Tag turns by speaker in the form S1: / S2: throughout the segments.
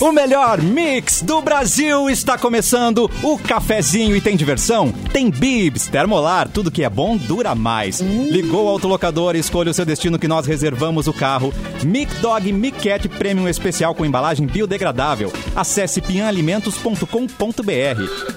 S1: No melhor mix do Brasil está começando o cafezinho e tem diversão? Tem bibs, termolar, tudo que é bom dura mais. Ligou o autolocador e escolha o seu destino que nós reservamos o carro. Mic Dog Mic Cat Premium especial com embalagem biodegradável. Acesse pinalimentos.com.br.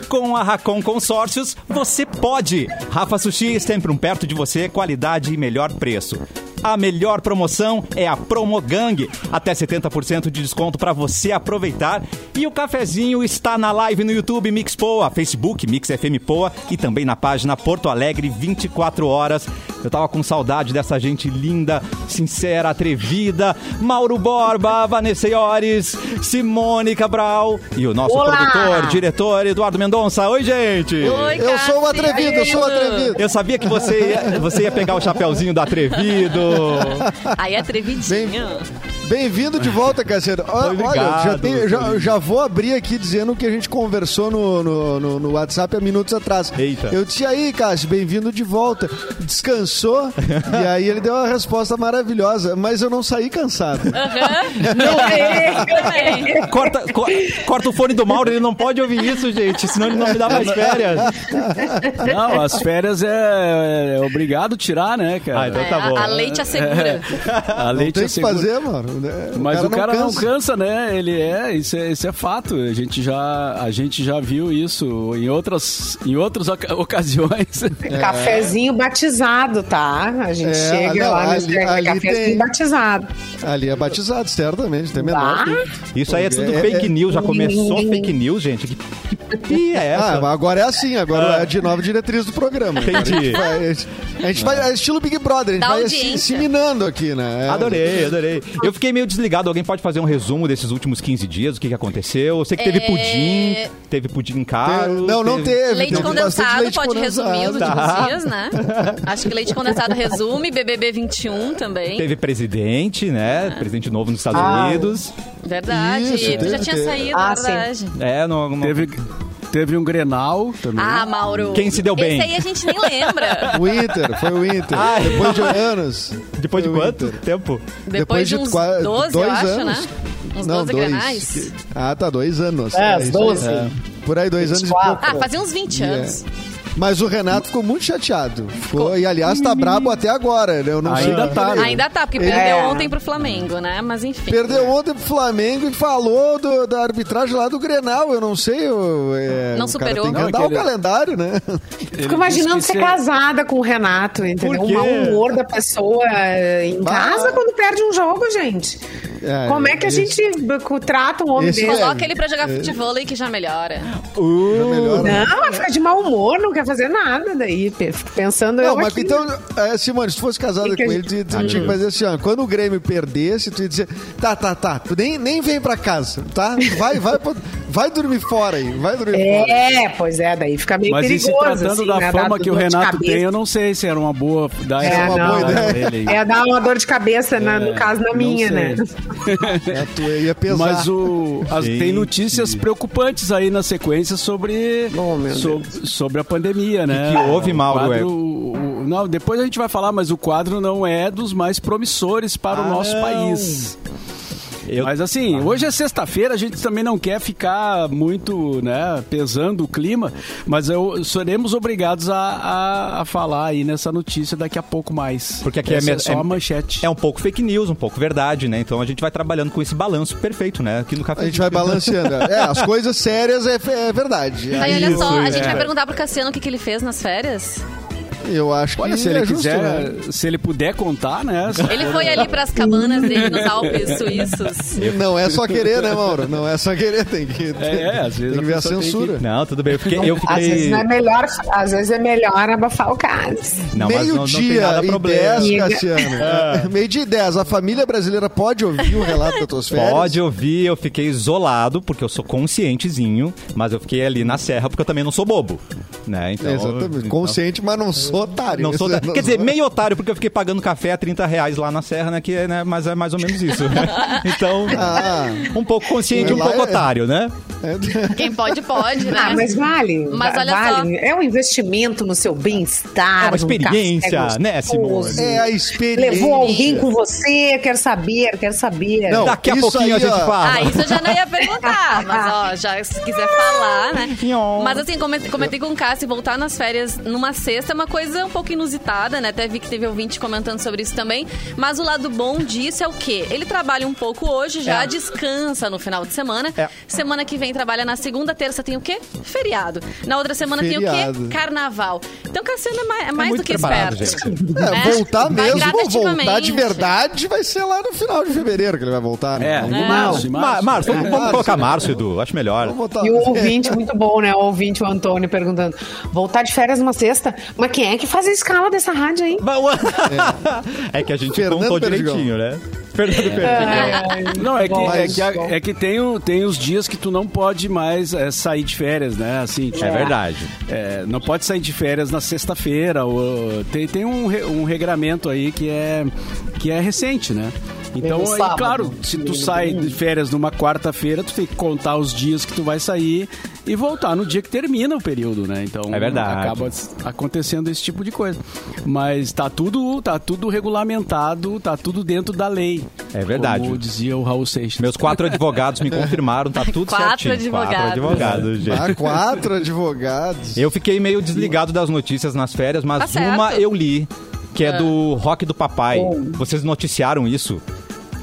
S1: Com a Racon Consórcios, você pode. Rafa Sushi, sempre um perto de você, qualidade e melhor preço. A melhor promoção é a Promogang. Até 70% de desconto para você aproveitar. E o cafezinho está na live no YouTube Mix Poa, Facebook Mix FM Poa e também na página Porto Alegre 24 horas. Eu tava com saudade dessa gente linda, sincera, atrevida. Mauro Borba, Vanessa Iores, Simone Cabral e o nosso
S2: Olá!
S1: produtor, diretor Eduardo Mendonça. Oi, gente!
S3: Oi,
S4: Eu sou o
S3: Cassi.
S4: atrevido, eu sou o atrevido.
S1: Eu sabia que você ia, você ia pegar o chapéuzinho do atrevido.
S3: Aí, é atrevidinho.
S4: Bem-vindo de volta, Cassiano. Ó,
S1: Obrigado,
S4: Olha, já, tem-
S1: doutor.
S4: já- já vou abrir aqui dizendo o que a gente conversou no, no, no- no WhatsApp há minutos atrás.
S1: Eita.
S4: Eu disse aí, Cássio, bem-vindo de volta. Descansou? e aí ele deu uma resposta maravilhosa, mas eu não saí cansado.
S3: Não é
S1: Corta, co- corta o fone do Mauro, ele não pode ouvir isso, gente, senão ele não me dá mais férias.
S5: Não, as férias é, é obrigado tirar, né, cara?
S1: Ah, então tá bom.
S3: A leite
S4: É.
S3: assegura.
S5: A
S4: Não tem o que
S5: assegura.
S4: fazer, mano. né?
S5: é Mas o cara, não, cansa.
S4: cansa.
S5: né? Ele é isso, é, isso é fato. A gente já, a gente já viu isso em outras, em outras oca- ocasiões.
S2: Cafezinho batizado, tá? A gente
S4: É,
S2: chega
S4: não,
S2: lá no
S4: ali-
S2: Instagram,
S4: ali
S2: cafezinho
S4: tem.
S2: batizado.
S4: Ali é batizado, certamente, tem menor.
S2: Tá?
S1: Isso aí é tudo
S4: É,
S1: fake
S4: é.
S1: news, já começou fake news, gente. Que, que pia é
S4: Ah,
S1: essa? Ah.
S4: mas agora é assim, agora é a de nova diretriz do programa.
S1: Entendi.
S4: A gente vai, a gente- a gente vai- é estilo Big Brother, a gente
S3: Da
S4: vai se,
S3: audiência.
S4: se minando aqui, né? É.
S1: Adorei, adorei. Eu fiquei meio desligado. Alguém pode fazer um resumo desses últimos 15 dias? O que, que aconteceu? Eu sei que teve
S3: É.
S1: pudim, teve pudim
S4: Teve-
S1: caro.
S4: não, não teve.
S3: Leite
S4: teve É, bastante
S3: condensado,
S4: leite
S3: pode
S4: condensado.
S3: resumir os
S1: Ah, Tá.
S3: últimos dias, né? Acho que leite condensado resume, BBB 21 também.
S1: Teve presidente, né? Presidente novo nos Estados
S2: Ah.
S1: Unidos.
S3: Verdade.
S4: Isso,
S3: tu já
S4: teve,
S3: tinha
S4: teve.
S3: saído,
S2: Ah,
S3: na verdade.
S1: É, não, não-
S5: teve, teve um Grenal também.
S3: Ah, Mauro.
S1: Quem se deu bem?
S3: Esse aí a gente nem lembra.
S4: O Inter, foi o Inter.
S1: Ah,
S4: Depois de anos.
S1: Depois de
S4: foi o
S1: quanto
S4: Inter.
S1: tempo?
S3: Depois, de uns
S4: qua-
S3: 12, eu
S4: dois
S3: acho,
S4: anos.
S3: né? Uns
S4: Não,
S3: 12
S4: dois.
S3: granais.
S4: Ah, tá, dois anos.
S2: É,
S4: isso aí.
S2: 12.
S4: Por aí, dois anos e
S2: 24.
S4: pouco.
S3: Ah, fazia uns 20
S4: E é.
S3: anos.
S4: Mas o Renato ficou muito chateado. Ficou, e aliás, tá brabo até agora. né? Eu não sei
S5: Ainda
S4: o que
S5: tá,
S4: que ele-
S3: Ainda tá, porque
S4: Ele-
S3: perdeu
S2: É.
S3: ontem pro Flamengo, né? Mas enfim.
S4: Perdeu ontem pro Flamengo e falou do- da arbitragem lá do Grenal. Eu não sei. Eu, é,
S3: Não
S4: o
S3: superou.
S4: Cara tem que
S5: Não, é
S4: andar
S5: que
S4: o
S5: ele-
S4: calendário, né?
S5: Ele
S2: Fico
S5: disse
S2: imaginando
S5: que
S2: ser
S5: se-
S2: casada com o Renato, entendeu?
S1: Por
S2: O
S1: quê?
S2: mau humor da pessoa eh, em
S4: Bah.
S2: casa quando perde um jogo, gente.
S4: É,
S2: Como é que a
S4: esse-
S2: gente b- co- trata um homem
S4: Esse-
S2: desse?
S3: Coloca ele pra
S4: É.
S3: jogar futebol aí que já melhora.
S2: Hum,
S4: Já melhora.
S2: Não, vai ficar de mau humor, não quer fazer nada daí. pe- Fico pensando eu
S4: Não, mas
S2: aqui.
S4: então, é, Simone, se tu fosse casada
S2: Tem que-
S4: com ele, tu, tu tinha que fazer assim, ó. Quando o Grêmio perdesse, tu ia dizer, tá, tá, tá, tu nem, nem vem pra casa, tá? Vai, vai, pra- vai dormir fora aí, vai dormir fora.
S2: É, pois é, daí fica meio
S5: Mas e
S2: perigoso.
S5: se tratando
S2: assim,
S5: da
S2: né,
S5: fama
S2: dá
S5: que o
S2: dor de
S5: Renato
S2: cabeça.
S5: tem, eu não sei se era uma boa dar
S2: É,
S5: essa
S2: não.
S5: boa ideia
S4: É.
S5: dele.
S2: É, dá uma dor de cabeça, na- no caso, na
S5: É, não
S2: minha,
S5: sei.
S2: né?
S4: É, tu ia pesar.
S5: Mas o, as-
S1: Gente.
S5: tem notícias preocupantes aí na sequência sobre,
S2: Oh, meu
S5: so- sobre a pandemia, né?
S1: que houve, Mauro,
S5: O quadro-
S1: é?
S5: o- o- não, depois a gente vai falar, mas o quadro não é dos mais promissores para
S1: Ah,
S5: o nosso
S1: não.
S5: país.
S1: Eu- Ah.
S5: Mas assim, hoje é sexta-feira, a gente também não quer ficar muito, né, pesando o clima, mas eu, seremos obrigados a, a, a falar aí nessa notícia daqui a pouco mais.
S1: Porque aqui é
S5: Essa
S1: me-
S5: só
S1: é-
S5: a manchete.
S1: É um pouco fake news, um pouco verdade, né? Então a gente vai trabalhando com esse balanço perfeito, né? Aqui no café.
S4: A gente vai balanceando. É, as coisas sérias é, é verdade.
S3: Tá, e
S4: Aí
S3: olha
S4: eu-
S3: só, a
S1: isso,
S3: gente
S1: é.
S3: vai perguntar pro Cassiano o que, que ele fez nas férias.
S4: Eu acho que
S5: Olha, se ele
S4: é justo,
S5: quiser,
S4: né?
S5: se ele puder contar, né? se
S3: Ele
S5: for-
S3: foi ali pras cabanas dele nos Alpes suíços.
S4: Não é só querer, né, Mauro? Não é só querer, tem que,
S5: É, é, às vezes
S4: tem que ver
S5: a
S4: a
S5: pessoa tem
S4: censura.
S1: Não, tudo bem. Eu fiquei. Eu
S2: Às vezes,
S1: fiquei...
S2: não é melhor, às vezes é melhor abafar o caso.
S1: Não, mas não, não tem
S4: Meio-dia é
S1: nada
S4: e
S1: problema. Ah.
S4: 10,
S2: Amiga.
S4: Cassiano. Meio-dia e 10. A família brasileira pode ouvir o relato das tuas férias?
S1: Pode ouvir, eu fiquei isolado, porque eu sou conscientezinho, mas eu fiquei ali na serra porque eu também não sou bobo. Né? Então,
S4: Exatamente.
S1: então-
S4: Consciente, mas não sou. sou otário.
S1: Não sou
S4: Eu
S1: da- Quer dizer, meio otário, porque eu fiquei pagando café a 30 reais lá na Serra, né? Que é, né, mas é mais ou menos isso. né? Então,
S4: Ah.
S1: um pouco consciente, um
S4: Lá
S1: pouco
S4: é-
S1: otário, né?
S3: Quem pode, pode, né?
S2: Ah, mas vale.
S3: Mas
S2: va-
S3: olha
S2: vale.
S3: só.
S2: É um investimento no seu bem-estar.
S1: É uma
S2: num
S1: experiência,
S2: café
S1: né,
S2: gostoso.
S1: Simone?
S4: É a experiência.
S2: Levou alguém com você, quer saber, quer saber.
S4: Não,
S1: Daqui a
S4: isso
S1: pouquinho a
S4: aí,
S1: gente
S4: ó.
S1: fala.
S3: Ah, isso eu já não ia perguntar, mas ó, já se quiser falar, né? Mas assim, comentei, comentei com o Cássio, voltar nas férias numa sexta é uma coisa um pouco inusitada, né? Até vi que teve ouvinte comentando sobre isso também. Mas o lado bom disso é o quê? Ele trabalha um pouco hoje, já
S1: É.
S3: descansa no final de semana.
S1: É.
S3: Semana que vem trabalha na segunda, terça tem o quê? Feriado. Na outra semana tem o
S4: Feriado.
S3: quê? Carnaval. Então Cassiano é mais, é mais
S1: muito
S3: do que
S1: preparado,
S3: esperto.
S1: gente.
S4: É,
S3: né?
S4: voltar
S3: Vai
S4: mesmo, voltar de
S3: gradativamente.
S4: verdade, vai ser lá no final de fevereiro que ele vai voltar.
S5: É,
S4: né?
S5: em
S4: Vamos-
S5: março, em
S1: Ma-
S5: março.
S1: Márcio, vamos, vamos
S4: Márcio,
S1: colocar
S4: né?
S1: Márcio, Edu. Acho melhor.
S4: Vamos botar.
S2: E o ouvinte, muito bom, né? O ouvinte, o Antônio, perguntando: voltar de férias numa sexta? Mas quem é que faz a escala dessa rádio, hein?
S1: Ba- É. que a gente
S4: Fernando
S1: contou
S4: Perdigão. É.
S1: direitinho, né? Fernando Perdigão.
S3: Ah.
S5: Não, é que,
S2: Bom,
S5: é que, a-
S4: bom.
S5: é que tem, o- tem os dias que tu não pode mais é, sair de férias, né? Assim, tipo,
S1: É verdade.
S5: é, não pode sair de férias na sexta-feira. ou- Tem, tem um, re- um regramento aí que é, que é recente, né? Então,
S2: no
S5: aí,
S2: sábado,
S5: claro, se tu sai de férias numa quarta-feira, tu tem que contar os dias que tu vai sair e voltar no dia que termina o período, né? Então,
S1: É verdade.
S5: acaba s- acontecendo esse tipo de coisa. Mas tá tudo, tá tudo regulamentado, tá tudo dentro da lei.
S1: É verdade.
S5: Como dizia o Raul Seixas.
S1: Meus quatro advogados me confirmaram, tá tudo
S3: Quatro
S1: certinho. Quatro
S3: advogados.
S1: advogados, gente.
S4: Ah, quatro advogados.
S1: Eu fiquei meio desligado das notícias nas férias, mas
S3: Tá certo. Ah.
S1: uma eu li, que é, do Rock do Papai.
S2: Bom.
S1: Vocês noticiaram isso?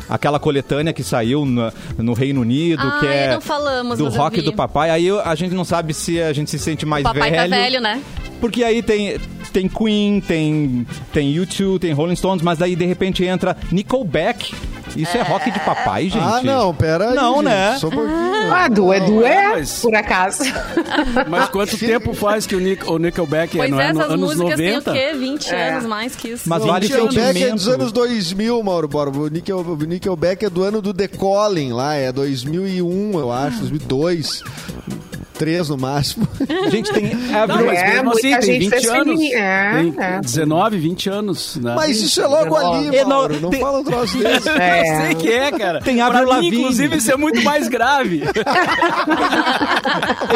S1: Aquela coletânea que saiu na- no, Reino Unido,
S3: Ah,
S1: que é
S3: não falamos,
S1: do
S3: mas eu
S1: Rock
S3: vi.
S1: do Papai. Aí eu- a gente não sabe se a gente se sente mais
S3: O papai
S1: velho.
S3: tá velho, né?
S1: Porque aí tem, tem Queen, tem, tem U2, tem Rolling Stones, mas daí de repente entra Nickelback. Isso é, rock de papai, gente?
S4: Ah, não, pera aí,
S1: Não,
S4: gente,
S1: né?
S4: Só um pouquinho.
S2: Ah, do Edu é,
S5: mas-
S2: por acaso.
S5: Mas quanto tempo faz que o, Nic- o Nickelback é,
S3: Pois
S5: não
S3: é,
S5: é? No-
S3: essas
S5: anos
S3: músicas têm o
S5: 90?
S3: quê? 20
S2: É.
S3: anos mais que isso.
S1: Mas
S4: O
S1: vale
S4: Nickelback é
S1: sentimento.
S4: dos anos 2000, Mauro Borba. O, Nickel, o Nickelback é do ano do The Calling lá, é 2001, eu acho, 2002, 3 no máximo.
S1: Gente, tem
S5: Não, mas
S2: É,
S5: mesmo
S2: muita
S5: assim, tem
S2: gente
S5: 20
S2: fez
S5: anos.
S2: feliz. É,
S5: tem
S2: é.
S5: 19, 20 anos. Né?
S4: Mas isso é logo ali,
S1: É, não,
S4: Mauro. Não
S1: tem-
S4: fala um troço desse.
S2: É.
S5: Eu sei que é, cara.
S1: Tem
S5: pra
S1: Avril
S5: mim,
S1: Lavigne.
S5: inclusive, isso é muito mais grave.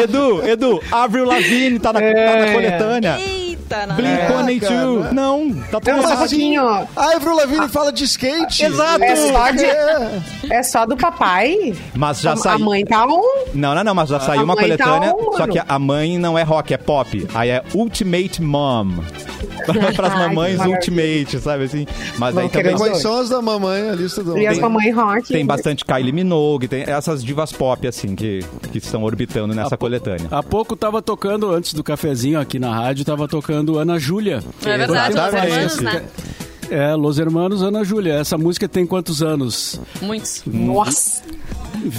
S1: Edu, Edu, Avril Lavigne tá na, tá na coletânea.
S3: Eita, né? não.
S1: Blink
S4: cara,
S1: 182.
S4: né?
S1: Não, tá tudo
S2: É, Não,
S1: errado.
S2: mas assim, ó,
S4: A Avril Lavigne fala de skate.
S1: Exato.
S2: É só de-
S4: É.
S2: é só do papai.
S1: Mas já
S2: a, a
S1: saiu.
S2: mãe tá on.
S1: Não, não, não, mas já saiu
S2: A
S1: uma
S2: mãe tá
S1: coletânea.
S2: on,
S1: só que
S2: mano.
S1: a mãe não é rock, é pop. Aí é Ultimate Mom. Pras
S2: Ai, que
S1: mamães
S2: maravilha.
S1: Ultimate, sabe assim? Mas
S2: Vão
S1: aí
S2: querer
S1: também
S2: uma-
S4: Quais são as da mamãe, a lista da
S2: é. E as
S4: mamãe?
S2: mamãe rock.
S1: tem bastante Kylie Minogue, tem essas divas pop, assim, que, que estão orbitando nessa
S5: pou-
S1: coletânea.
S5: Há pouco tava tocando, antes do cafezinho aqui na rádio, tava tocando Ana Júlia.
S3: É verdade,
S1: Tá
S3: Los
S1: bem,
S3: Hermanos,
S1: assim.
S3: né?
S5: É, Los Hermanos, Ana Júlia. Essa música tem quantos anos?
S3: Muitos.
S2: Nossa,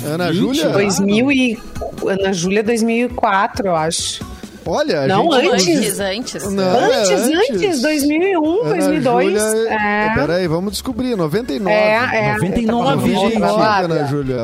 S4: Ana Júlia?
S2: 2000 e... Ana Júlia 2004, eu acho.
S4: Olha, a
S2: Não,
S4: gente...
S3: Antes, antes.
S4: Não, é,
S2: antes, antes, 2001,
S4: Ana
S2: 2002.
S4: Júlia-
S2: é.
S4: Peraí, vamos descobrir. 99.
S2: É, é.
S1: 99,
S2: Eu tava
S1: gente.
S2: numa outra rádio.
S4: Ana Júlia.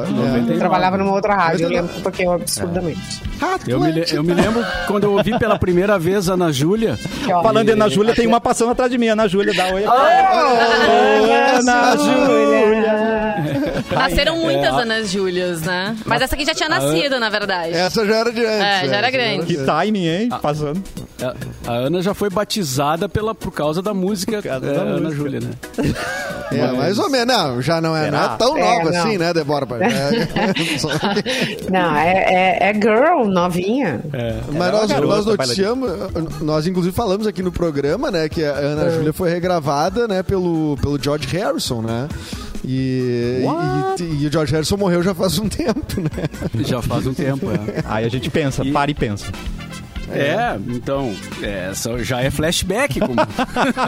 S4: é.
S2: Eu trabalhava numa outra rádio, eu
S4: Mas-
S2: lembro que toquei absurdamente.
S5: Eu me, le- eu me lembro quando eu ouvi pela primeira vez Ana Júlia.
S1: Falando em Ana Júlia, tem uma passando atrás de mim. Ana Júlia, dá oi. Ana
S2: Ana
S1: Júlia.
S3: Nasceram muitas
S5: a-
S3: Anas Júlias, né? Mas essa aqui já tinha nascido, na verdade.
S4: Essa já era de antes. né?
S3: É, já era
S4: essa
S3: grande.
S1: Que timing, hein? Passando.
S5: A, a Ana já foi batizada pela, por causa da música
S1: causa
S5: é,
S1: da
S5: Ana
S1: música.
S5: Júlia, né?
S4: É, mais ou menos. Não, já não é, não é tão
S2: É,
S4: nova
S2: não.
S4: assim, né, Débora? É, só-
S2: Não, é, é, é girl, novinha.
S1: É.
S4: Mas nós,
S1: garota,
S4: nós noticiamos, nós inclusive falamos aqui no programa, né, que a Ana Júlia foi regravada, né, pelo, pelo George Harrison, né? E, e, e o George Harrison morreu já faz um tempo, né?
S5: Já faz um tempo, é.
S1: Aí a gente pensa, para e pensa.
S5: É, então, é, só- já é flashback, como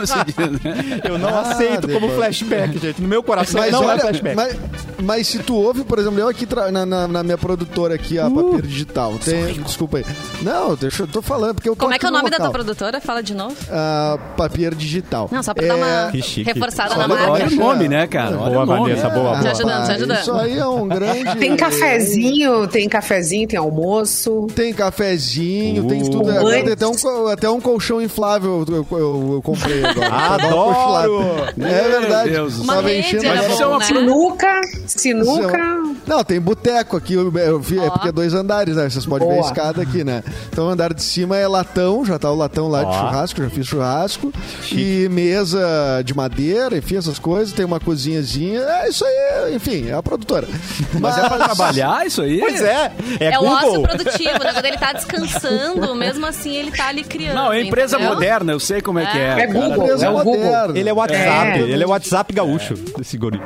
S5: você diz, né?
S1: Eu não
S4: Ah,
S1: aceito como
S4: Débora.
S1: flashback, gente. No meu coração não é flashback.
S4: mas, mas se tu ouve, por exemplo, eu aqui tra- na, na- na minha produtora aqui, a Papiro Digital. Tem, desculpa aí. Não, deixa, eu tô falando, porque eu tô
S3: Como é
S4: aqui
S3: que é o
S4: no
S3: nome da tua
S4: local.
S3: produtora? Fala de novo.
S4: Ah, Papier Digital.
S3: Não, só pra dar
S4: É,
S3: uma
S1: Que chique.
S3: reforçada
S4: Só
S3: na
S4: pra-
S5: Olha
S3: marca.
S5: o nome, né, cara? Olha
S1: Tá Boa,
S5: o nome.
S1: Vanessa, boa,
S4: ah,
S1: boa.
S3: Te ajudando, te
S4: rapaz,
S3: ajudando.
S4: Isso aí é um grande.
S2: Tem cafezinho, tem cafezinho, tem almoço.
S4: Tem cafezinho, tem de tudo. é, Agora tem até um, co- até um colchão inflável eu, eu- eu- eu comprei agora. pra dar uma
S1: Adoro!
S4: cochilada. É verdade.
S5: Meu Deus do
S3: Uma
S4: Tava
S3: rede
S4: enchendo um
S3: era
S4: a-
S5: Mas isso é
S3: bom,
S5: uma
S3: né?
S2: Sinuca,
S4: Isso é
S2: sinuca.
S4: um- Não, tem boteco aqui. Eu, eu vi, é porque é dois andares, né? Vocês podem ver a
S2: Boa.
S4: escada aqui, né? Então, o andar de cima é latão, já tá o latão lá de
S1: Ó.
S4: churrasco, já fiz churrasco. E mesa de madeira, enfim, essas coisas. Tem uma cozinhazinha. É isso aí, enfim, é a produtora.
S1: Mas é pra trabalhar.
S5: Trabalhar isso aí?
S1: Pois é, é,
S3: É, o ócio
S1: Google.
S3: produtivo, né? Quando ele tá descansando, mesmo assim ele tá ali criando.
S5: Não, é empresa
S3: entendeu?
S5: moderna, eu sei como é que é.
S2: É
S5: cara.
S2: Google,
S4: Empresa
S2: é o Google.
S4: moderna.
S1: Ele é WhatsApp,
S2: É.
S1: ele é WhatsApp gaúcho, esse guri.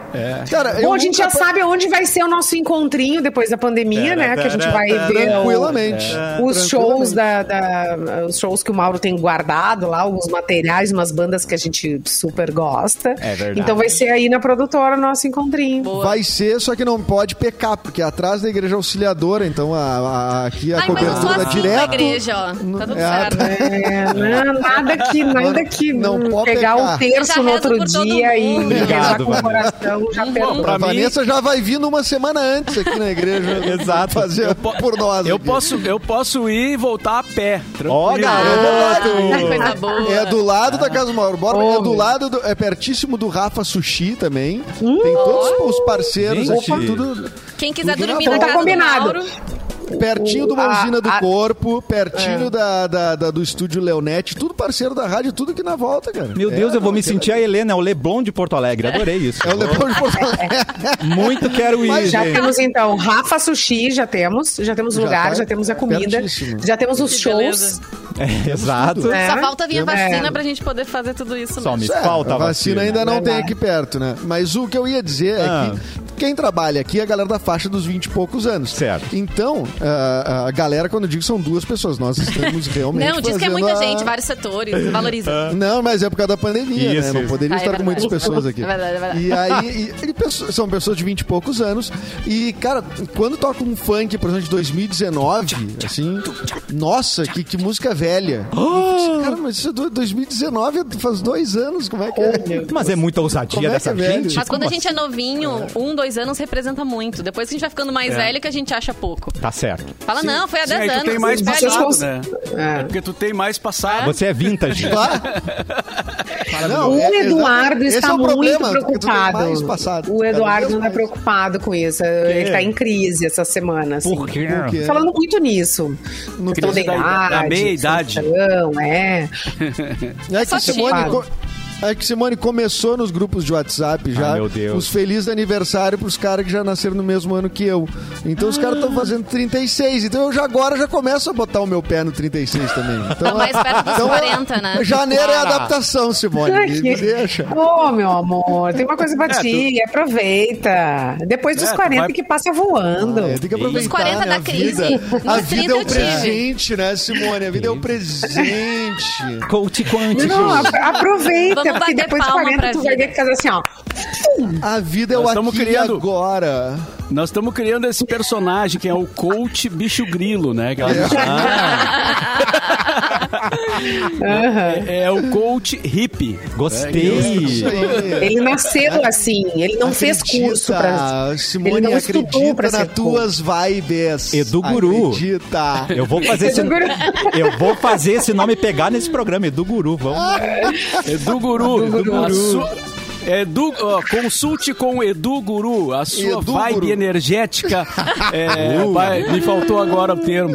S4: Cara, eu
S2: Bom, a gente já
S4: nunca-
S2: sabe onde vai ser o nosso encontrinho depois da pandemia, né? Que a gente vai ver o-
S4: Tranquilamente.
S2: os
S1: É.
S4: Tranquilamente.
S2: shows da, da- os shows que o Mauro tem guardado lá, alguns materiais, umas bandas que a gente super gosta.
S1: É verdade.
S2: Então vai ser aí na produtora o nosso encontrinho.
S3: Boa.
S4: Vai ser, só que não pode pecar, porque é atrás da igreja auxiliadora, então a, a- aqui a
S3: Ai, mas eu sou
S4: cobertura
S3: assim
S4: é dá
S3: na
S4: direto.
S3: igreja, ó. Tá tudo
S4: É,
S3: certo.
S2: É, não, nada que, nada que
S4: Não
S2: hum,
S4: pode
S2: pegar
S4: pegar.
S2: o
S3: Já
S2: terço
S3: rezo
S2: no outro
S3: por todo
S2: dia e
S3: mundo. Uhum.
S2: rezar
S1: Obrigado,
S2: com o
S1: Vanessa.
S2: coração já Então perdeu.
S4: A
S5: Pra mim-
S4: Vanessa já vai vindo uma semana antes aqui na igreja.
S1: Exato.
S4: Fazer por nós.
S5: Eu
S4: aqui.
S5: posso, eu posso ir e voltar a pé. tranquilo.
S1: Ó,
S3: Que
S1: garoto!
S3: coisa boa.
S4: É do lado da Casa do Mauro Borba, é do
S2: Homem.
S4: lado, do- é pertíssimo do Rafa Sushi também. Tem todos os parceiros
S1: Gente.
S4: aqui, tudo
S3: Quem quiser
S4: Ninguém
S3: dormir
S4: vai
S3: na
S4: voltar.
S3: casa do
S2: tá Combinado.
S3: Mauro,
S4: pertinho do Mãozina
S2: a-
S4: do
S2: a-
S4: Corpo, pertinho
S3: É.
S4: da, da- da- do estúdio Leonete, tudo parceiro da rádio, tudo aqui na volta, cara.
S1: Meu Deus,
S4: É,
S1: eu vou me
S4: não,
S1: sentir a Helena, é o Leblon de Porto Alegre. Adorei isso.
S4: É o Leopoldo de Porto Alegre.
S1: Muito quero ir,
S4: Mas
S2: Já
S1: gente.
S2: temos então Rafa Sushi, já temos, já temos o
S4: Já
S2: lugar,
S4: tá
S2: já temos a comida,
S4: pertíssimo.
S2: já temos os
S3: Que
S2: shows.
S3: beleza.
S1: É, exato.
S2: É.
S3: só falta vir a
S2: É.
S3: vacina pra gente poder fazer tudo isso.
S1: Só
S3: mesmo.
S1: me
S4: É,
S1: falta
S4: a vacina ainda não tem
S2: Verdade.
S4: aqui perto, né? Mas o que eu ia dizer
S1: Ah.
S4: é que quem trabalha aqui é a galera da faixa dos 20 e poucos anos.
S1: Certo.
S4: Então, ah, a galera, quando eu digo, são duas pessoas. Nós estamos realmente
S3: Não, diz que é
S4: fazendo
S3: muita
S4: a-
S3: gente, vários setores, valoriza.
S4: Não, mas é por causa da pandemia,
S1: Isso,
S4: né? Não
S1: isso.
S4: poderia
S3: Ah, é
S4: estar com muitas
S3: verdade.
S4: pessoas aqui.
S3: É verdade, é verdade.
S4: E aí, e- e pessoas- são pessoas de 20 e poucos anos. E, cara, quando toca um funk, por exemplo, de 2019, assim, nossa, que, que música velha.
S1: Ah!
S4: Cara, mas isso é do- 2019, faz dois anos, como é que
S3: Oh,
S4: é?
S1: Mas é muita
S4: Como
S1: ousadia
S4: é que
S1: dessa
S4: é velho?
S1: gente.
S3: Mas quando a
S1: Tipo, Como assim?
S3: gente é novinho, um, dois anos representa muito. Depois que a gente vai ficando
S1: É.
S3: mais velho, que a gente acha pouco.
S1: assim? Tá certo.
S3: Fala, não, foi há
S5: Sim,
S3: 10
S5: aí tu
S3: anos. tá
S5: tem mais
S3: velho.
S2: Vocês
S5: passado,
S2: cons-
S5: né? É porque tu tem mais passado.
S1: Você é vintage.
S4: Não,
S2: O
S4: é- é-
S2: Eduardo
S4: esse
S2: está
S4: é o
S2: muito
S4: problema, que tu tem
S2: preocupado.
S4: mais passado,
S2: o
S4: cada
S2: Eduardo
S4: vez
S2: anda
S4: mais.
S2: preocupado com isso. Ele está em crise essa semana. assim.
S1: Por quê?
S4: quê?
S2: Falando muito nisso.
S4: No
S2: Então, da
S5: crise da-
S2: idade.
S5: da meia-idade.
S2: Não, é.
S4: É que
S3: Só
S4: Simone.
S2: que-
S4: co- É que Simone começou nos grupos de WhatsApp já.
S1: Ah, meu Deus.
S4: Os felizes aniversário pros caras que já nasceram no mesmo ano que eu. Então os caras
S2: Ah.
S4: estão fazendo 36. Então eu já agora já começo a botar o meu pé no 36 também.
S3: Tá
S4: Então,
S3: mais perto dos
S4: então,
S3: 40, né?
S4: Janeiro é
S1: Ah.
S4: adaptação, Simone. Me deixa. É,
S2: Ô, meu amor, tem uma coisa pra ti. Aproveita. Depois dos
S5: É, tu
S2: 40
S5: vai-
S2: que passa voando.
S4: É, tem que aproveitar.
S3: Nos 40
S4: né?
S3: da
S4: a
S3: crise,
S4: Vida,
S3: nos
S4: a vida é
S3: 30
S4: um
S3: eu tive.
S4: presente, né, Simone? A vida é um presente.
S1: Coach quântico.
S2: Não, a- aproveita,
S3: Vamos
S2: porque
S3: bater
S2: depois dos
S3: palma
S2: 40
S3: pra
S2: tu vai
S3: vida.
S2: ver que casa assim, ó.
S4: A vida é
S5: Nós
S4: o
S5: estamos
S4: aqui
S5: criando-
S4: e agora.
S5: Nós estamos criando esse personagem que é o coach bicho grilo, né? que é o- É, é o coach hippie.
S1: Gostei.
S4: É, Isso aí.
S2: Ele nasceu assim, ele não fez
S4: Acredita,
S2: curso pra.
S4: Simone
S2: ele não estudou
S4: acredita
S2: pra ser
S4: nas tuas vibes.
S1: Edu Guru.
S4: Acredita.
S1: Eu vou fazer esse
S2: Edu Guru.
S1: Eu vou fazer esse nome pegar nesse programa Edu Guru, vamos.
S5: Edu É Guru.
S4: É
S5: A su- Edu, ó, consulte com o Edu Guru, a sua
S4: Edu
S5: vibe
S4: Guru.
S5: energética. É, vai- me faltou agora o termo.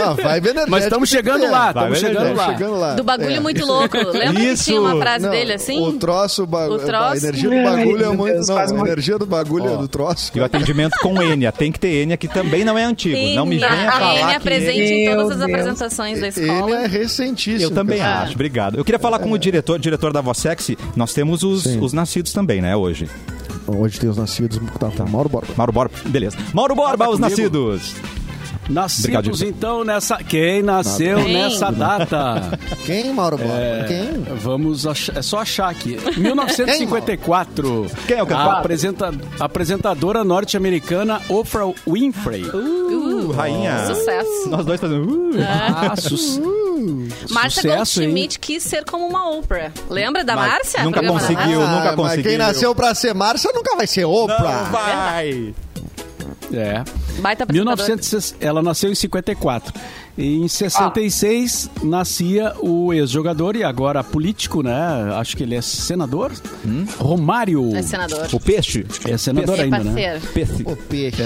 S4: Ah, vibe energética.
S5: Mas estamos chegando
S4: é.
S5: lá,
S1: Vai,
S5: estamos
S1: vai,
S5: chegando
S1: vai,
S5: lá.
S4: Chegando lá.
S3: Do bagulho
S4: É.
S3: muito louco. Lembra
S1: Isso.
S3: que tinha uma frase
S4: Não,
S3: dele assim?
S4: O troço, o ba-
S3: O troço.
S4: a energia do
S2: Ai,
S4: bagulho é
S2: meu
S4: muito.
S2: Deus,
S4: não,
S2: quase
S4: a
S2: morri.
S4: energia do bagulho é do troço.
S1: E o atendimento com Enia, tem que ter Enia que também não é antigo, não me
S3: Sim,
S1: venha
S3: a
S1: falar
S3: Enia
S1: que Enia-
S3: presente em todas
S2: Meu
S3: as
S2: Deus.
S3: apresentações da
S4: Ele é
S3: escola.
S4: recentíssimo.
S1: Eu também
S4: cara.
S1: acho, obrigado. Eu queria falar com o diretor, diretor da Voz Sexy. Nós temos os, os nascidos também, né, hoje.
S4: Hoje tem os nascidos. Tá, tá. Mauro Borba.
S1: Mauro Borba, beleza. Mauro Borba,
S5: tá
S1: os
S5: comigo?
S1: nascidos. Obrigado,
S5: Nascidos
S1: Gil.
S5: então nessa. Quem nasceu
S3: Quem?
S5: nessa data?
S4: Quem, Mauro Borba? Quem?
S5: Vamos achar, é só achar aqui. 1954.
S1: Quem é o cantor?
S5: A apresenta- apresentadora norte-americana Oprah Winfrey.
S1: Uh, rainha.
S3: Sucesso.
S1: Nós dois fazendo. uh.
S5: Ah, su-
S4: Uh.
S3: Márcia
S5: sucesso, hein?
S3: Goldschmidt quis ser como uma Oprah. Lembra da
S1: Mas
S3: Márcia?
S1: nunca
S3: Programa da
S1: conseguiu.
S3: Márcia?
S1: Eu nunca consegui,
S4: Ah, Mas quem
S1: viu?
S4: nasceu pra ser Márcia nunca vai ser Oprah.
S1: Não vai.
S5: É.
S3: Baita apresentadora.
S5: 1960, ela nasceu em 54. Em 66 nascia o ex-jogador e agora político, né? Acho que ele é senador. Romário.
S3: É senador.
S1: Hum? O peixe?
S5: É senador
S3: É
S5: ainda, né?
S3: parceiro.
S1: Peixe.
S4: O peixe.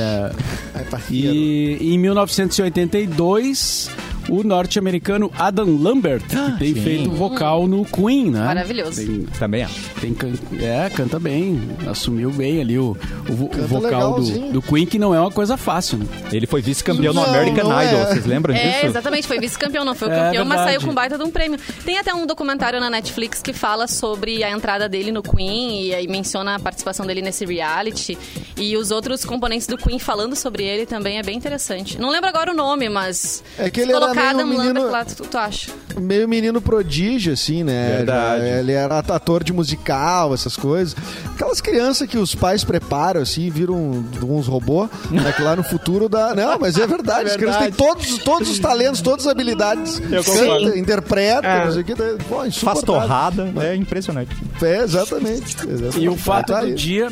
S4: Ai, parceiro.
S5: E em 1982, o norte-americano Adam Lambert, que
S1: Ah,
S5: tem feito vocal no Queen, né?
S3: Maravilhoso.
S5: Tem,
S1: Também é.
S5: tem can- é, canta bem, assumiu bem ali o, o vo-
S4: Canta
S5: o vocal do,
S4: legalzinho.
S5: do Queen, que não é uma coisa fácil, né?
S1: Ele foi vice-campeão no
S4: Não,
S1: American
S4: não é.
S1: Idol, vocês lembram
S3: É,
S1: disso?
S3: exatamente, foi vice-campeão, não foi o
S5: É,
S3: campeão, mas
S5: verdade.
S3: saiu com um baita de um prêmio. Tem até um documentário na Netflix que fala sobre a entrada dele no Queen e aí menciona a participação dele nesse reality e os outros componentes do Queen falando sobre ele também é bem interessante. Não lembro agora o nome, mas
S4: É que
S3: se
S4: ele era
S3: colocar
S4: meio
S3: Adam
S4: menino-
S3: Lambert lá, tu, tu acha?
S4: meio menino prodígio, assim, né?
S1: Verdade.
S4: Ele era ator de musical, essas coisas. Aquelas crianças que os pais preparam, assim, viram uns robô, né? Que lá no futuro dá... Não, mas é verdade. As crianças têm todos, todos os talentos, todas as habilidades.
S1: Eu concordo.
S4: Canta, interpreta,
S2: É.
S4: não sei o que. tá- Pô,
S1: Faz
S4: insuportável.
S1: Tipo, torrada, é impressionante.
S4: É, exatamente.
S5: E o fato
S4: Tá
S5: do
S4: aí.
S5: dia,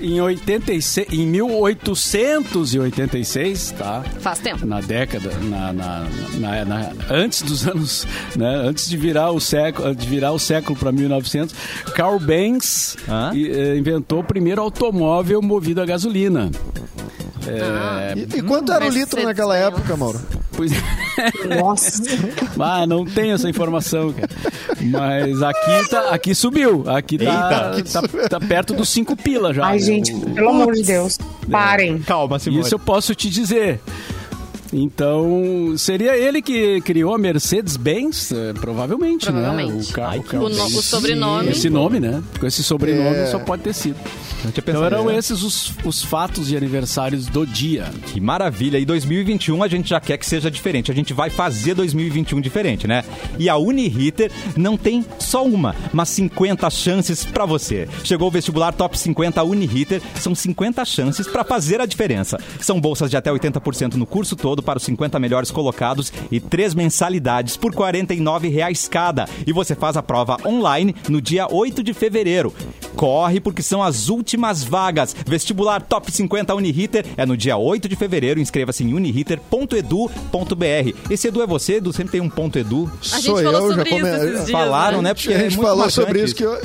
S5: em, 86, em 1886, tá?
S3: Faz tempo.
S5: Na década, na, na- na- na- antes dos anos, né? Antes de virar o século, de virar o século para 1900, Carl Banks
S1: Ah.
S5: i- eh, inventou o primeiro automóvel movido a gasolina. É,
S4: E, e quanto era o
S3: Mercedes
S4: litro naquela
S3: Benz.
S4: época, Mauro?
S5: pois-
S2: Nossa.
S5: ah, não tenho essa informação, cara. Mas aqui, tá, aqui subiu. Aqui tá,
S1: Eita.
S5: tá- tá perto dos cinco pila já.
S2: Ai,
S5: né?
S2: gente,
S5: O-
S2: pelo amor de Deus. Parem.
S1: Calma, Simone.
S5: Isso eu posso te dizer. Então, seria ele que criou a Mercedes-Benz? Eh, Provavelmente, né?
S3: Provavelmente.
S5: O carro. o
S3: O,
S5: carro-
S3: no- o sobrenome.
S5: Esse nome, né? Com esse sobrenome
S4: É.
S5: só pode ter sido.
S1: Não tinha
S5: Então
S1: pensado
S5: eram
S1: nisso.
S5: esses os, os fatos e aniversários do dia.
S1: Que maravilha. E 2021 a gente já quer que seja diferente. A gente vai fazer 2021 diferente, né? E a Uniriter não tem só uma, mas 50 chances pra você. Chegou o vestibular Top 50 Uniriter, são 50 chances pra fazer a diferença. São bolsas de até 80% no curso todo para os 50 melhores colocados e três mensalidades por R$ 49 reais cada. E você faz a prova online no dia 8 de fevereiro. Corre porque são as últimas vagas. Vestibular Top 50 Uniriter é no dia 8 de fevereiro. Inscreva-se em uniriter.edu.br. Esse Edu é você, Edu sempre tem um ponto edu.
S3: A gente falou sobre isso
S4: come- é,
S3: esses dias.
S1: Falaram,
S3: né?
S1: né?
S4: A gente falou sobre isso que eu...